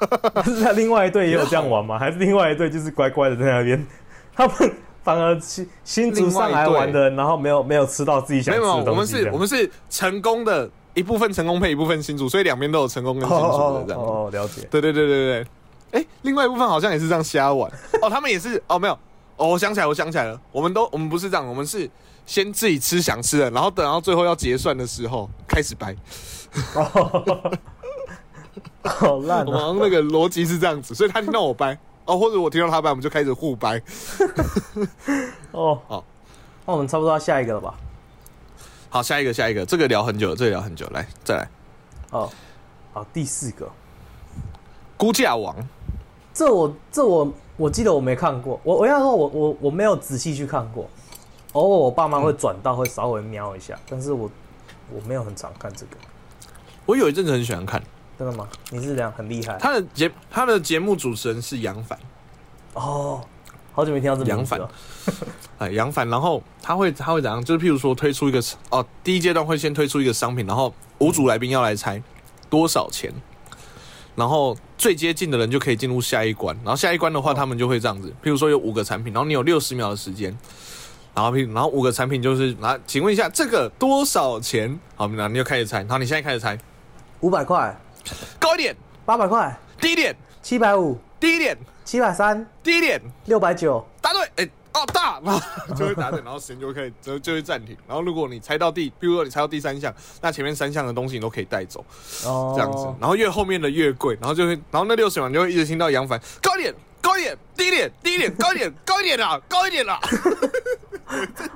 S2: 那另外一队也有这样玩吗？还是另外一队就是乖乖的在那边， 他们反而新新竹上来玩的，然后没有没有吃到自己想
S1: 没
S2: 吃
S1: 有，没有，
S2: 的
S1: 我
S2: 东
S1: 们
S2: 西这
S1: 是，
S2: 样，
S1: 我们是成功的一部分成功配一部分新竹，所以两边都有成功跟新竹的
S2: 哦
S1: 这
S2: 哦
S1: 样。
S2: 哦，了解，
S1: 对对对对对，哎、另外一部分好像也是这样瞎玩哦，他们也是哦，没有哦，我想起来，我想起来了，我们都我们不是这样，我们是先自己吃想吃的，然后等到最后要结算的时候开始掰，
S2: 哦，好烂
S1: 我
S2: 啊！
S1: 们好像那个逻辑是这样子，所以他听到我掰哦，或者我听到他掰，我们就开始互掰。
S2: 哦，
S1: 好
S2: 那我们差不多要下一个了吧？
S1: 好，下一个下一个，这个聊很久，这个聊很久，来再来
S2: 哦，好，第四个，
S1: 估价王，
S2: 这我这我我记得我没看过，我我要说我我我没有仔细去看过，偶尔我爸妈会转
S1: 嗯
S2: 到会稍微瞄一下，但是我我没有很常看这个，
S1: 我有一阵子很喜欢看
S2: 真的吗？你是这样很厉害
S1: 他的节，他的节目主持人是杨凡。
S2: 哦，好久没听到这名字
S1: 杨
S2: 了，
S1: 哎，杨凡，然后他会他会怎样？就是譬如说推出一个哦，第一阶段会先推出一个商品，然后五组来宾要来猜多少钱，然后最接近的人就可以进入下一关。然后下一关的话，他们就会这样子，譬如说有五个产品，然后你有六十秒的时间，然后譬如然后五个产品就是啊，请问一下这个多少钱？好，那你就开始猜，然后你现在开始猜，
S2: 五百块、
S1: 高一点，
S2: 八百块、
S1: 低一点，
S2: 七百五、
S1: 低一点，
S2: 七百三、
S1: 低一点，
S2: 六百九，
S1: 答对，哎、哦大， 然后就会答对，然后时间就可以就就会暂停。然后如果你猜到第，比如说你猜到第三项，那前面三项的东西你都可以带走，
S2: 哦，
S1: 这样子。然后越后面的越贵，然后就会，然后那六十秒你就会一直听到杨凡高一点，高一点，低一点，低一点，高一点，高一点啦，高一点啦。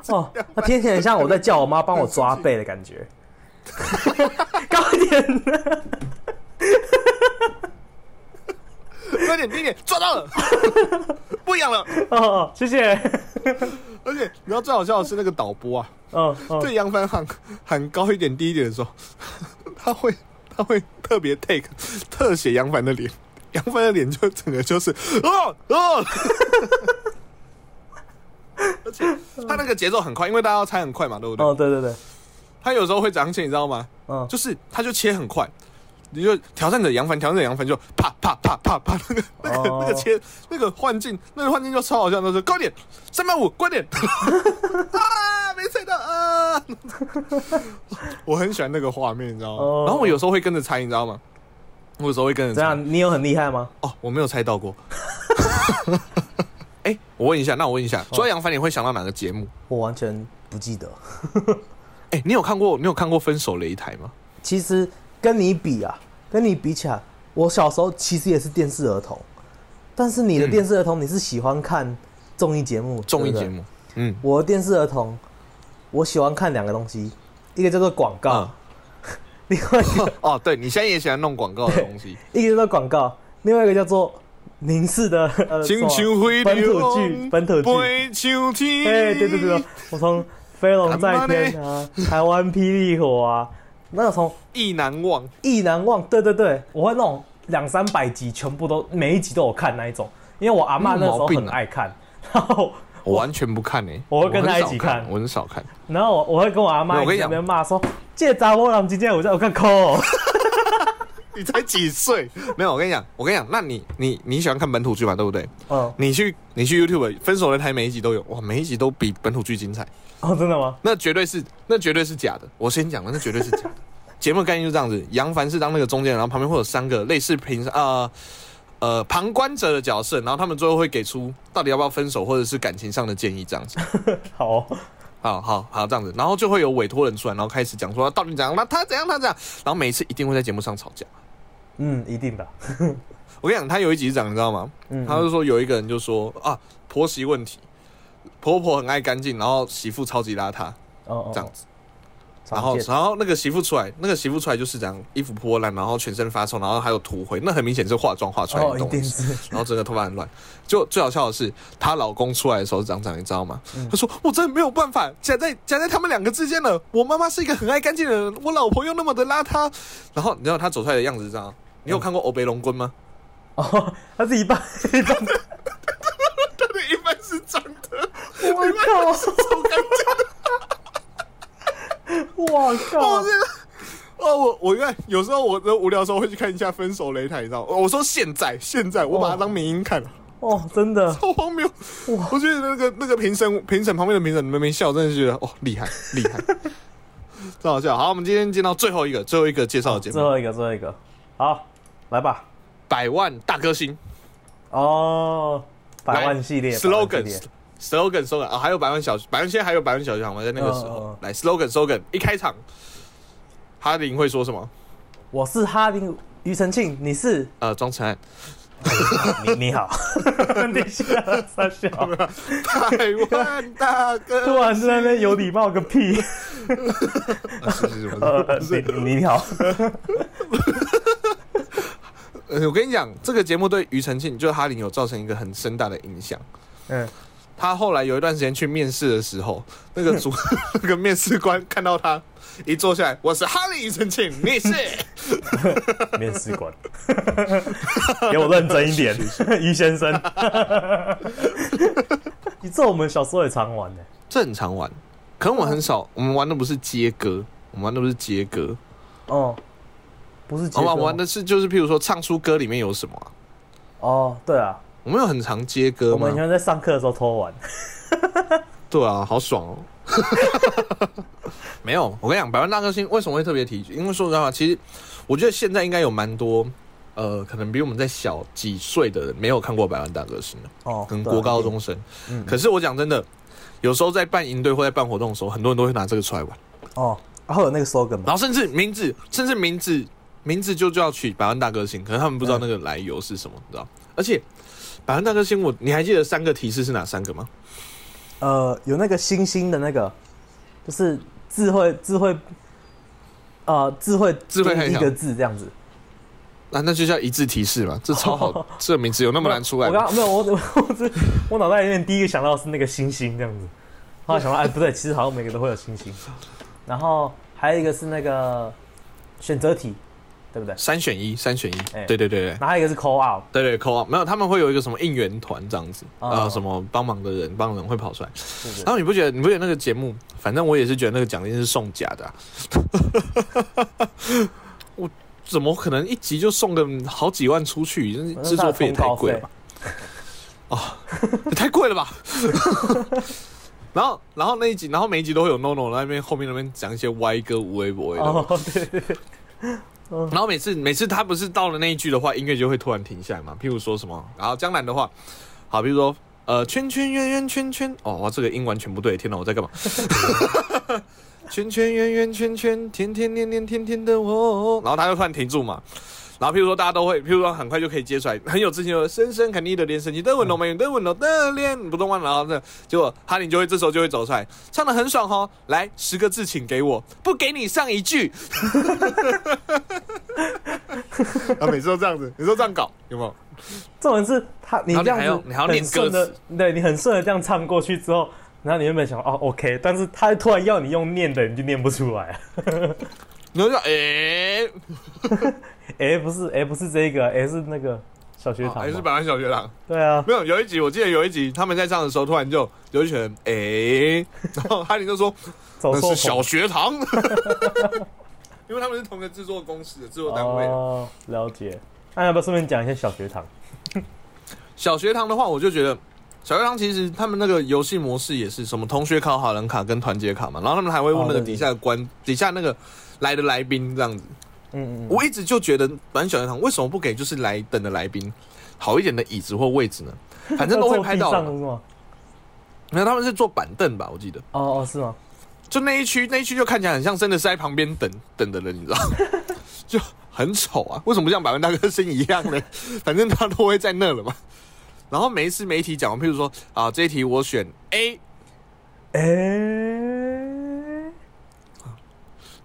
S2: 哦，那听起来很像我在叫我妈帮我抓背的感觉。 高一点，
S1: 高一点，低一点，抓到了， 不一样了。
S2: 哦，谢谢。
S1: 而且你知道最好笑的是那个导播啊，
S2: 嗯嗯，
S1: 对杨凡喊喊高一点、低一点的时候， 他会他会特别 take 特写杨凡的脸，杨凡的脸就整个就是哦哦， 而且他那个节奏很快，因为大家要猜很快嘛，对不对？
S2: 哦，对对对，
S1: 他有时候会长切，你知道吗？
S2: 嗯，
S1: 就是他就切很快。你就挑战者杨凡，挑战者杨凡就啪啪啪啪啪，那个那个、
S2: 哦
S1: 那个切那个幻境，那个幻境就超好笑，就是高点三百五，快点 啊，没猜到啊！ 我很喜欢那个画面，你知道吗？
S2: 哦
S1: 然后我有时候会跟着猜，你知道吗？我有时候会跟着
S2: 怎
S1: 猜。
S2: 样？你有很厉害吗？
S1: 哦，我没有猜到过。 哎、我问一下，那我问一下，
S2: 哦
S1: 说到杨凡你会想到哪个节目？
S2: 我完全不记得。
S1: 哎、你有看过你有看过《分手擂台》吗？
S2: 其实跟你比啊，跟你比起来，我小时候其实也是电视儿童，但是你的
S1: 嗯
S2: 电视儿童你是喜欢看综艺节目，
S1: 综艺
S2: 对不
S1: 节
S2: 对
S1: 目，嗯，
S2: 我的电视儿童，我喜欢看两个东西，一个叫做广告，
S1: 嗯
S2: 另外一个
S1: 哦，对你现在也喜欢弄广告的东 西。
S2: 一个叫做广告，另外一个叫做凝视的呃什
S1: 青
S2: 么
S1: 丘灰
S2: 本土剧，本土剧，
S1: 杯秋天。
S2: 哎、对对对对，我从飞龙在天啊，台湾霹雳火啊，那个从
S1: 意难忘。
S2: 意难忘，对对对，我会那种两三百集全部都每一集都有看那一种，因为我阿妈那时候
S1: 啊
S2: 很爱看，然后
S1: 我完全不看诶、
S2: 我会跟他
S1: 很少
S2: 一起看
S1: 看，我很少看。
S2: 然后我我会跟我阿
S1: 没
S2: 妈
S1: 有我跟
S2: 一
S1: 你
S2: 起在
S1: 讲
S2: 那边骂说，这杂波浪今天我在我看抠哦，
S1: 你才几岁？ 没有，我跟你讲，我跟你讲，那你你你喜欢看本土剧嘛？对不对？
S2: 嗯，
S1: 你去你去 YouTube 分手擂台每一集都有，哇，每一集都比本土剧精彩，
S2: 哦，真的吗？
S1: 那绝对是那绝对是假的。我先讲了，那绝对是假的。节目概念就是这样子，杨凡是当那个中间人，然后旁边会有三个类似评呃呃旁观者的角色，然后他们最后会给出到底要不要分手或者是感情上的建议这样子。
S2: 好、哦，
S1: 好好好这样子，然后就会有委托人出来，然后开始讲说啊到底怎样，那他怎样他怎样，然后每一次一定会在节目上吵架。
S2: 嗯，一定的，
S1: 我跟你讲，他有一集是这样，你知道吗？
S2: 嗯，
S1: 他就说有一个人就说啊婆媳问题，婆婆很爱干净，然后媳妇超级邋遢
S2: 哦哦，
S1: 这样子。
S2: 常
S1: 然后，
S2: 见
S1: 然后那个媳妇出来，那个媳妇出来就是这样，衣服破烂，然后全身发臭，然后还有涂灰，那很明显是化妆化出来
S2: 哦，
S1: 的
S2: 一
S1: 东
S2: 定
S1: 西。
S2: 是，
S1: 然后整个头发很乱。就最好笑的是，她老公出来的时候是长这样，你知道吗？她说：“我真的没有办法夹在夹在他们两个之间了。我妈妈是一个很爱干净的人，我老婆又那么的邋遢。”然后你知道她走出来的样子是这样。你有看过《欧北龙棍》吗？
S2: 哦， 他是 一半一半，
S1: 他的一半是长的，
S2: 我靠， 我
S1: 我
S2: 靠
S1: 真，的。哦，我我原来有时候我的无聊的时候会去看一下《分手擂台》，你知道吗？我说现在现在我把它当名音看，
S2: 哦，真的，
S1: 好荒谬！我觉得那个那个评审评审旁边的评审们没笑，真的觉得哦厉害厉 害，真好笑。好，我们今天见到最后一个最后一个介绍的节
S2: 最
S1: 目，
S2: 后一个，最后一个，好，来吧，
S1: 百万大歌星
S2: 哦，百万系列百万系
S1: slogan
S2: 列
S1: slogan slogan 啊，还有百万小百万现在还有百万小剧场吗？在那个时
S2: 嗯嗯
S1: 候
S2: 嗯，
S1: 来 slogan slogan 一开场，哈林会说什么？
S2: 我是哈林庾澄庆，你是
S1: 呃，庄晨 安，
S2: 你你 好，你笑傻笑，
S1: 百万大歌，
S2: 突然在那边有礼貌个屁，
S1: 啊是是是 不是
S2: 呃， 你你好，
S1: 呃，我跟你讲，这个节目对庾澄庆，就是哈林有造成一个很深大的影响。
S2: 嗯，
S1: 他后来有一段时间去面试的时候，那个主 那个面试官看到他一坐下来，我是哈利庾澄庆，你是
S2: 面试官， 给我认真一点， 于先生。你这我们小时候也常玩呢、
S1: 正常玩，可能我们很少，我们玩的不是接歌，我们玩的不是哦接歌，
S2: 哦，不是
S1: 我
S2: 杰
S1: 们
S2: 哥
S1: 玩玩的是就是譬如说唱出歌里面有什么啊、
S2: 哦，对啊，
S1: 我们有很常接歌
S2: 我
S1: 吗
S2: 们
S1: 哦
S2: 以？前在上课的时候偷玩。
S1: 对啊，好爽 哦！没有，我跟你讲，百万大歌星为什么会特别提？因为说实话，其实我觉得现在应该有蛮多，呃，可能比我们在小几岁的人没有看过百万大歌星的，
S2: 哦，
S1: 可能
S2: 对啊
S1: 国高，中生。
S2: 嗯
S1: 可是我讲真的，有时候在办营队或在办活动的时候，很多人都会拿这个出来玩，
S2: 哦，然后有那个 slogan 嘛，
S1: 然后甚至名字，甚至名字，名字就就要取百万大歌星，可能他们不知道那个来由是什么，你知道？而且百万大歌星，我你还记得三个提示是哪三个吗？
S2: 呃，有那个星星的那个，就是智慧智慧，呃，智慧
S1: 智慧很
S2: 一
S1: 小
S2: 个字这样子。
S1: 那、那就叫一字提示嘛，这超好，这名字有那么难出来
S2: 哦我
S1: 吗？
S2: 刚没有，我 我我只我脑袋里面第一个想到的是那个星星这样子，后来想到哎不对，其实好像每个都会有星星。然后还有一个是那个选择题，对不对？
S1: 三选一，三选一，
S2: 哎
S1: 对对对对。
S2: 然后还有一个是 call out，
S1: 对对扣 a 没有，他们会有一个什么应援团这样子，
S2: 哦
S1: 啊，什么帮忙的人，帮人会跑出来。
S2: 是不是
S1: 然？后你不觉得你不觉得那个节目，反正我也是觉得那个奖金是送假的、啊，啊 我怎么可能一集就送个好几万出去？真是制作费也太贵了吧？哦，也太贵了吧？ 然后，然后那一集，然后每一集都会有 NONO 在那边后面那边讲一些歪歌无微不微的，
S2: 哦，对对对，
S1: 然后每次每次他不是到了那一句的话，音乐就会突然停下来嘛。譬如说什么，然后江南的话，好，比如说呃圈圈圆圆圈圈，哦，哇这个音完全不对，天哪，我在干嘛？ 圈圈圆圆圈圈，甜甜黏黏甜甜的我，然后他就突然停住嘛。然后譬如说大家都会，譬如说很快就可以接出来，很有自信的深深肯定的连神情，邓文龙没有，邓文龙的脸不动万，然后呢，结果哈林就会这时候就会走出来，唱的很爽哦，来十个字请给我，不给你上一句，啊，每次都这样子，你说这样搞有没有？
S2: 重点是他你
S1: 然后
S2: 这
S1: 你
S2: 样
S1: 还要
S2: 子
S1: 你还要念
S2: 很顺
S1: 歌
S2: 的，对你很顺的这样唱过去之后，然后你原本想哦 OK，但是他突然要你用念的，你就念不出来。
S1: 你就说诶，
S2: 哎，不是，哎，不是这个，哎，是那个小学堂
S1: 哦还是
S2: 嘛。
S1: 百万小学堂？
S2: 对啊，
S1: 没有，有一集我记得有一集他们在唱的时候，突然就有一群人诶，然后哈林就说
S2: 走
S1: 那
S2: 错
S1: 是
S2: 棚
S1: 小学堂， 因为他们是同个制作公司的制作单位。
S2: 哦，了解。那要不要顺便讲一下小学堂？
S1: 小学堂的话，我就觉得小学堂其实他们那个游戏模式也是什么同学考好人卡跟团结卡嘛，然后他们还会问那个
S2: 哦对对
S1: 底下的关、底下那个来的来宾这样子。
S2: 嗯嗯嗯，
S1: 我一直就觉得板小学堂为什么不给就是来等的来宾好一点的椅子或位置呢？反正都会拍到
S2: 要坐
S1: 了
S2: 地上
S1: 嘛。
S2: 是吗？
S1: 没有，他们是坐板凳吧？我记得，
S2: 哦哦是吗？
S1: 就那一区那一区就看起来很像真的是在旁边等等的人，你知道 吗，就很丑啊。为什么像百万大哥是一样的？ 反正他都会在那了嘛。然后每一次媒体讲完，譬如说啊，这一题我选 A，
S2: 哎、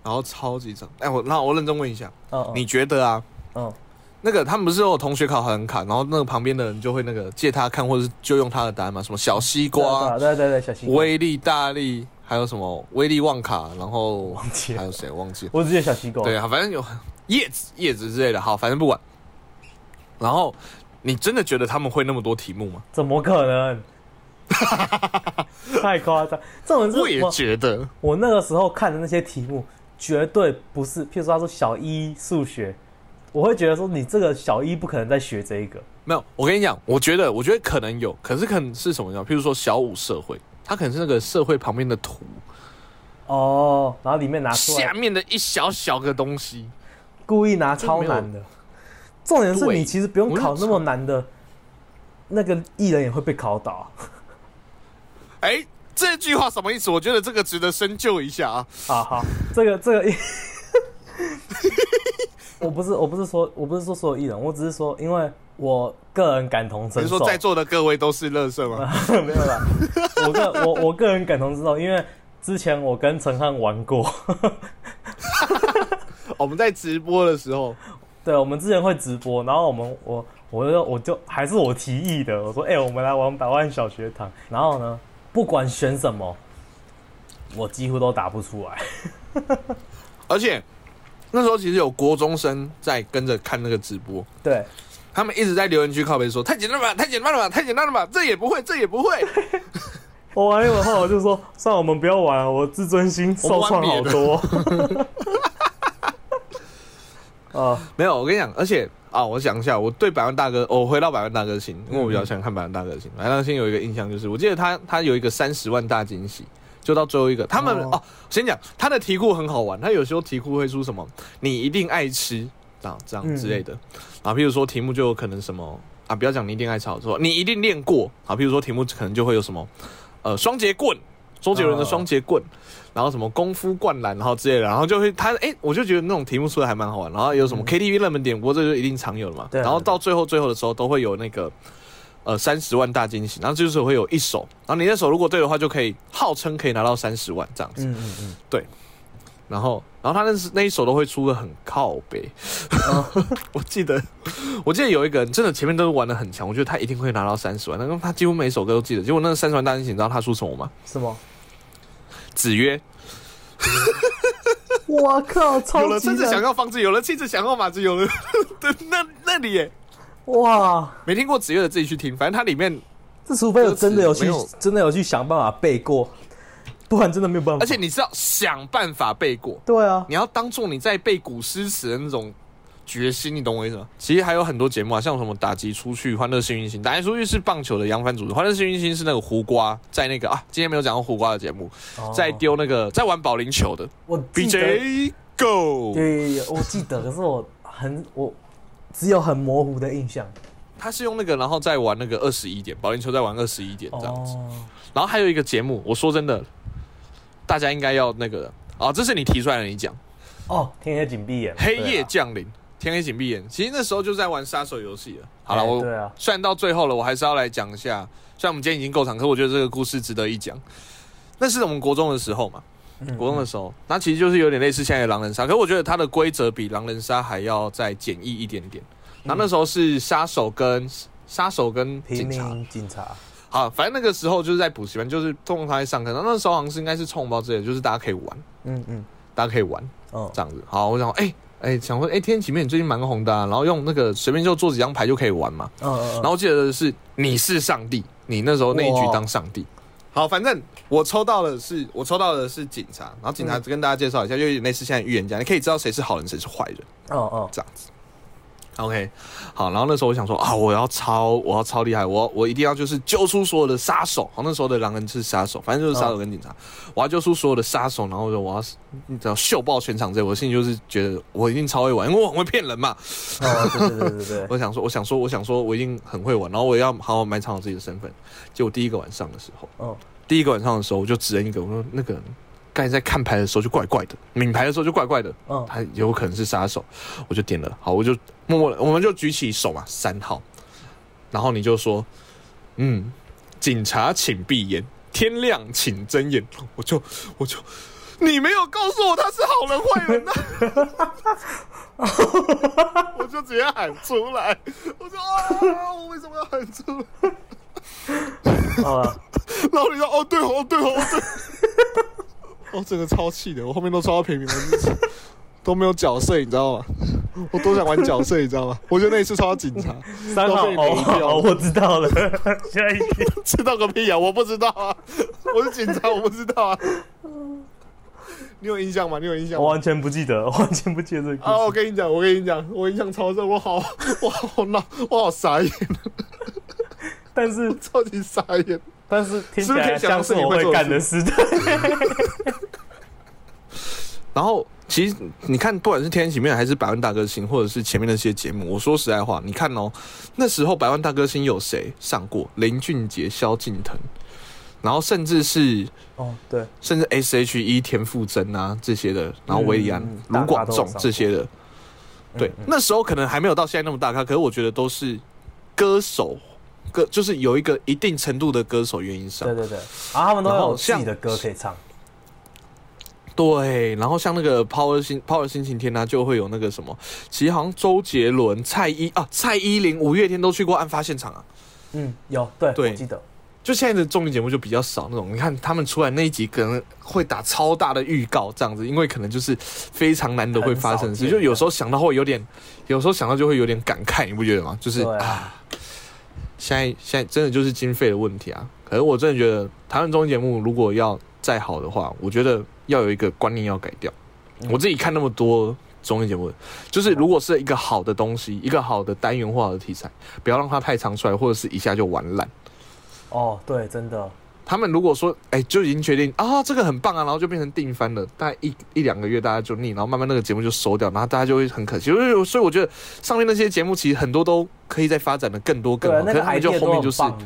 S1: 然后超级长。哎，我那我认真问一下，
S2: 哦哦
S1: 你觉得啊？
S2: 哦
S1: 那个他们不是有同学考很卡，然后那个旁边的人就会那个借他看，或者是就用他的答案嘛？什么小西
S2: 对
S1: 瓜、
S2: 啊对啊对啊对啊小西瓜，
S1: 威力大力，还有什么威力旺卡，然后
S2: 忘记
S1: 还
S2: 了，
S1: 有谁忘记了？
S2: 我只记得小西瓜。
S1: 对啊，反正有 叶子叶子之类的，好，反正不管。然后你真的觉得他们会那么多题目吗？
S2: 怎么可 能？太夸张！这种
S1: 我
S2: 是
S1: 也
S2: 我
S1: 觉得，
S2: 我那个时候看的那些题目，绝对不是。譬如说，他说小一数学，我会觉得说你这个小一不可能在学这一个。
S1: 没有。我跟你讲，我觉得我觉得可能有，可是可能是什么呢？譬如说小五社会，它可能是那个社会旁边的图
S2: 哦，然后里面拿出
S1: 下
S2: 来，
S1: 面的一小小个东西。
S2: 故意拿超难的。重点是
S1: 对
S2: 你其实不用
S1: 我就
S2: 考那
S1: 超
S2: 么难的，那个艺人也会被考倒 啊。
S1: 哎，这句话什么意思？我觉得这个值得深究一下啊。
S2: 好好，这个这个， 我不是我不是说我不是说所有艺人，我只是说，因为我个人感同
S1: 你
S2: 身
S1: 是
S2: 受
S1: 说，在座的各位都是乐色吗？
S2: 没有啦，我个我我个人感同身受，因为之前我跟陈汉玩过，
S1: 我们在直播的时候，
S2: 对，我们之前会直播，然后我们我我就我就还是我提议的，我说哎、我们来玩百万小学堂，然后呢，不管选什么，我几乎都答不出来，
S1: 而且那时候其实有国中生在跟着看那个直播，
S2: 对，
S1: 他们一直在留言区靠背说太简单了吧，太简单了吧，太简单了吧，这也不会，这也不 会。
S2: 我玩一会儿后，我就说，算了，我们不要玩了，我自尊心受创好多。 啊，
S1: 没有，我跟你讲，而且啊，我想一下，我对百万大哥，我回到百万大哥星，因为我比较喜欢看百万大哥星。百万大哥星有一个印象就是，我记得他他有一个三十万大惊喜。就到最后一个，他们
S2: 哦
S1: 哦先讲他的题库很好玩，他有时候题库会出什么，你一定爱吃啊这样之类的，
S2: 嗯
S1: 啊，譬如说题目就有可能什么啊，不要讲你一定爱吃，好说你一定练过啊，譬如说题目可能就会有什么，呃，双节棍，周杰伦的
S2: 哦
S1: 双节棍，然后什么功夫灌篮，然后之类的，然后就会他哎、我就觉得那种题目出来还蛮好玩，然后有什么 KTV 热门点播，这就一定常有的嘛，
S2: 嗯对啊
S1: 然后到最后最后的时候都会有那个。呃，三十万大惊喜，然后就是会有一手，然后你那手如果对的话，就可以号称可以拿到三十万这样子。
S2: 嗯嗯嗯，
S1: 然后，然后他那是那一手都会出的很靠 北。我记得，我记得有一个人真的前面都玩的很强，我觉得他一定会拿到三十万，但是他几乎每一首歌都记得。结果那三十万大惊喜，你知道他出什么吗？
S2: 什 么？
S1: 子曰。
S2: 我靠，
S1: 有
S2: 超
S1: 了
S2: 级
S1: 车子想
S2: 的
S1: 要房子，有了妻子想要马子，有了对那那里耶，
S2: 哇！
S1: 没听过子越的自己去听，反正它里面，
S2: 这除非有真的有去
S1: 歌词没
S2: 真的有去想办法背过，不然真的没有办法。
S1: 而且，你是要想办法背过，
S2: 对啊，
S1: 你要当做你在背古诗词的那种决心，你懂我意思吗？其实还有很多节目啊，像什么打击出去、欢乐幸运星，打击出去是棒球的杨帆主持，欢乐幸运星是那个胡瓜在那个啊，今天没有讲到胡瓜的节目，
S2: 哦
S1: 在丢那个在玩保龄球的
S2: 我记得，
S1: BJ Go，
S2: 对，我记得，可是我很我只有很模糊的印象。
S1: 他是用那个，然后再玩那个二十一点保龄球，再玩二十一点这样子。
S2: 哦，
S1: 然后还有一个节目，我说真的，大家应该要那个啊，这是你提出来的，你讲《
S2: 哦，天黑紧闭眼，
S1: 黑
S2: 对
S1: 夜
S2: 啊
S1: 降临》，天黑请闭眼。其实那时候就在玩杀手游戏了。好了，
S2: 哎
S1: 我
S2: 对啊
S1: 虽然到最后了，我还是要来讲一下。虽然我们今天已经够长，可我觉得这个故事值得一讲。那是我们国中的时候嘛，
S2: 嗯
S1: 国中的时候，那其实就是有点类似现在的狼人杀，可我觉得它的规则比狼人杀还要再简易一点点。然后那时候是杀手跟杀手跟
S2: 啊平
S1: 警察，
S2: 民警察，
S1: 好，反正那个时候就是在补习班，就是通常他在上课，然后那时候好像是应该是冲包之类的，就是大家可以玩，
S2: 嗯嗯
S1: 大家可以玩
S2: 嗯，
S1: 这样子。好，我想说，哎、哎、想问，哎、天天奇面最近蛮红的、啊，然后用那个随便就做几张牌就可以玩嘛。
S2: 嗯嗯，
S1: 然后记得的是你是上帝，你那时候那一局
S2: 哇
S1: 当上帝。好，反正我抽到的是我抽到的是警察，然后警
S2: 嗯
S1: 察跟大家介绍一下，就有点类似现在预言家，你可以知道谁是好人谁是坏人
S2: 嗯嗯
S1: 这样子。 OK，好，然后那时候我想说啊，我要超，我要超厉害，我我一定要就是揪出所有的杀手。好，那时候的狼人是杀手，反正就是杀手跟警察，我要揪出所有的杀手，然后我就我要你知道秀爆全场这，我心里就是觉得我一定超会玩，因为我很会骗人嘛。
S2: 哦，对对对对对，
S1: 我想说，我想说，我想说，我一定很会玩，然后我也要好好埋藏我自己的身份。结果第一个晚上的时候，
S2: 哦，
S1: 第一个晚上的时候，我就指认一个，我说那个人刚才在看牌的时候就怪怪的，抿牌的时候就怪怪的，
S2: 嗯，
S1: 他有可能是杀手，我就点了，好，我就默默的，我们就举起手嘛，三号，然后你就说，嗯，警察请闭眼，天亮请睁眼，我就我就，你没有告诉我他是好人坏人呐、我就直接喊出来，我说啊，我为什么要喊出来？
S2: 好 了，
S1: 然后你说哦对哦对哦对，我整个超气的，我后面都抽到平民，我就是都没有角色，你知道吗？我多想玩角色，你知道吗？我就那一次抽到警察，
S2: 三号
S1: 都被雷
S2: 哦
S1: 掉
S2: 哦，我知道了，下一题，
S1: 知道个屁呀、我不知道啊，我是警察，我不知道啊。你有印象吗？你有印象
S2: 我
S1: 吗？
S2: 完全不记得，我完全不记得这个故
S1: 啊，我
S2: 事。
S1: 跟你讲，我跟你讲，我印象超深，我好，我好闹，我好傻眼，
S2: 但是
S1: 超级傻眼。
S2: 但是听起
S1: 是不是可
S2: 来
S1: 以想象
S2: 像
S1: 是
S2: 是
S1: 你
S2: 我
S1: 会做的
S2: 干的事，对，
S1: 然后其实你看，不管是《天启面》还是《百万大歌星》，或者是前面那些节目，我说实在话，你看哦，那时候《百万大歌星》有谁上过？林俊杰、萧敬腾，然后甚至是
S2: 哦对，
S1: 甚至 S.H.E、田馥甄啊这些的，然后韦礼安
S2: 嗯嗯、
S1: 卢广
S2: 大咖都有
S1: 仲
S2: 上过嗯
S1: 这些的，对，那时候可能还没有到现在那么大咖，可是我觉得都是歌手。歌就是有一个一定程度的歌手愿意上
S2: 对，对对，然后他们都
S1: 然后
S2: 有自己
S1: 像
S2: 的歌可以唱，
S1: 对，然后像那个 Power 星 Power 星期天呢、啊就会有那个什么，其实好像周杰伦、蔡依啊、蔡依林、五月天都去过案发现场啊。
S2: 嗯，有，对，
S1: 对
S2: 我记得，
S1: 就现在的综艺节目就比较少那种，你看他们出来那一集可能会打超大的预告这样子，因为可能就是非常难得会发生的事，
S2: 很少
S1: 就
S2: 见
S1: 有时候想到会有点，有时候想到就会有点感慨，你不觉得吗？就是
S2: 对
S1: 啊，现在现在真的就是经费的问题啊。可是我真的觉得台湾综艺节目如果要再好的话，我觉得要有一个观念要改掉。
S2: 嗯
S1: 我自己看那么多综艺节目，就是如果是一个好的东西，一个好的单元化的题材，不要让它太长出来，或者是一下就玩烂。
S2: 哦对，真的，
S1: 他们如果说，哎、就已经决定啊、这个很棒啊，然后就变成定番了，大概一一两个月，大家就腻，然后慢慢那个节目就收掉，然后大家就会很可惜。所以，所以我觉得上面那些节目其实很多都可以再发展的更多更
S2: 对
S1: 好，，
S2: 那
S1: 可
S2: 个
S1: 是他们就
S2: idea
S1: 后面就
S2: 都很
S1: 是
S2: 棒的，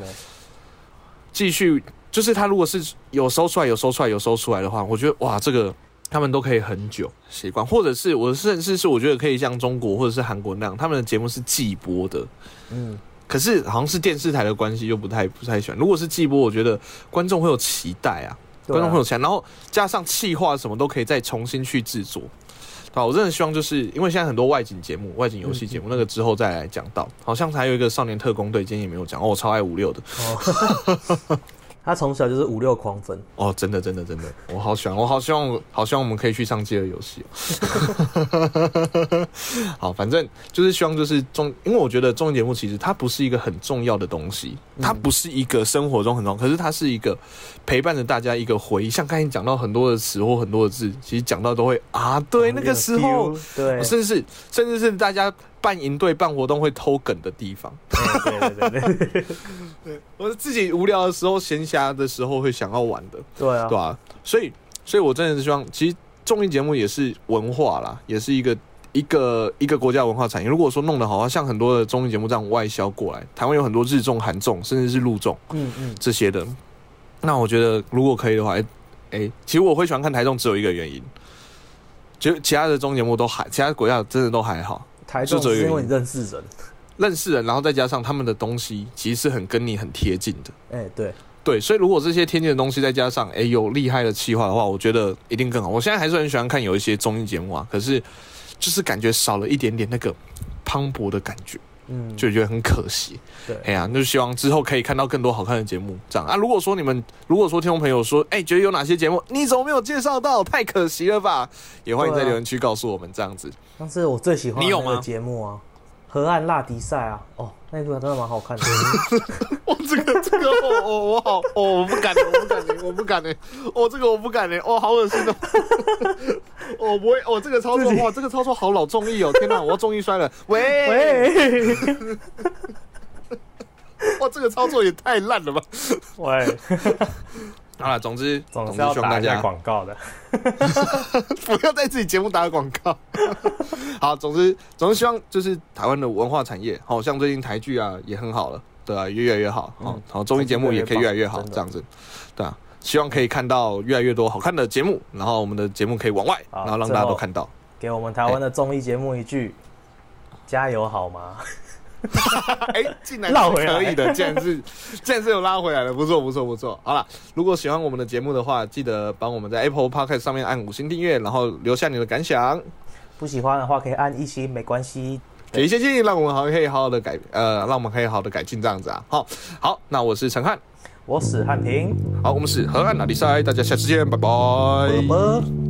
S1: 继续，就是他如果是有收出来，有收出来，有收出来的话，我觉得哇，这个他们都可以很久习惯，或者是我甚至是我觉得可以像中国或者是韩国那样，他们的节目是季播的，
S2: 嗯，
S1: 可是好像是电视台的关系就不太不太喜欢。如果是季播，我觉得观众会有期待啊。
S2: 对啊
S1: 观众会有钱，然后加上气化什么都可以再重新去制作。对啊吧？我真的希望就是因为现在很多外景节目、外景游戏
S2: 嗯
S1: 节目，那个之后再来讲到。好像还有一个少年特工队，今天也没有讲哦，我超爱五六的
S2: 哦， 他从小就是五六狂粉，
S1: 哦，真的真的真的，我好喜欢，我好希望，好希望我们可以去上街的游戏哦。 好，反正就是希望就是综，因为我觉得综艺节目其实它不是一个很重要的东西，它不是一个生活中很重要，可是它是一个陪伴着大家一个回忆。像刚才讲到很多的词或很多的字，其实讲到都会啊，对，那个时候，
S2: 对，
S1: 甚至是甚至是大家办营队办活动会偷梗的地方。
S2: 对对对 对对，
S1: 我自己无聊的时候、闲暇的时候会想要玩的。
S2: 对啊
S1: 对，啊，所以，所以我真的是希望，其实综艺节目也是文化啦，也是一个一个一个国家文化产业。如果说弄得好，像很多的综艺节目这样外销过来，台湾有很多日综、韩综，甚至是陆综
S2: 嗯嗯，
S1: 这些的。那我觉得如果可以的话，哎、哎其实我会喜欢看台综，只有一个原因，就其他的综艺节目都还，其他国家真的都还好。
S2: 台中
S1: 这个
S2: 是
S1: 原因
S2: 因为你认识人，
S1: 认识人，然后再加上他们的东西，其实是很跟你很贴近的。
S2: 哎，对，
S1: 对，所以如果这些天津的东西再加上哎、诶有厉害的企划的话，我觉得一定更好。我现在还是很喜欢看有一些综艺节目啊，可是就是感觉少了一点点那个磅礴的感觉，
S2: 嗯，
S1: 就觉得很可惜。
S2: 对
S1: 哎呀、那就希望之后可以看到更多好看的节目。这样啊，如果说你们如果说听众朋友说哎、觉得有哪些节目你怎么没有介绍到，太可惜了吧，也欢迎在
S2: 对啊
S1: 留言区告诉我们这样子。
S2: 上次我最喜欢的
S1: 你有
S2: 那个
S1: 吗
S2: 节目啊，河岸辣迪赛啊，哦，那一部真的蛮好看的，
S1: 我、这个这个，我、我我好，哦我不敢，我不敢，我不敢呢、哦，这个我不敢呢、哦，好恶心哦， 我不会，哦，这个操作
S2: 自己
S1: 哇，这个操作好老中意哦，天哪，我要中意摔了，喂，
S2: 喂
S1: 哇，哦这个操作也太烂了吧！
S2: 喂，
S1: 好了，总之，
S2: 总是
S1: 之，
S2: 要
S1: 希望
S2: 打
S1: 大
S2: 一
S1: 家
S2: 下广告的。
S1: 不要在自己节目打广 告。好，总之，总之希望就是台湾的文化产业，好、像最近台剧啊也很好了，对啊，也越来越好，好、
S2: 嗯
S1: 好综艺节目也可以越来越好，
S2: 台剧
S1: 这
S2: 越来
S1: 样子，对啊，希望可以看到越来越多好看的节目，然后我们的节目可以往外，
S2: 好
S1: 然后让
S2: 最
S1: 大家
S2: 后
S1: 都看到。
S2: 给我们台湾的综艺节目一句：加油好吗？
S1: 哎、竟然
S2: 绕
S1: 是
S2: 回来
S1: 可以的，竟然是， 竟然是有拉回来了，不错不错不错。好了，如果喜欢我们的节目的话，记得帮我们在 Apple Podcast 上面按五星订阅，然后留下你的感想。
S2: 不喜欢的话可以按一星，没关系。
S1: 给一些建议，让我们好可以好好的改，呃，让我们可以好好的改进这样子啊。好，好，那我是陈汉，
S2: 我是汉平，
S1: 好，我们是河岸哪里赛，大家下次见，拜拜
S2: 啵啵。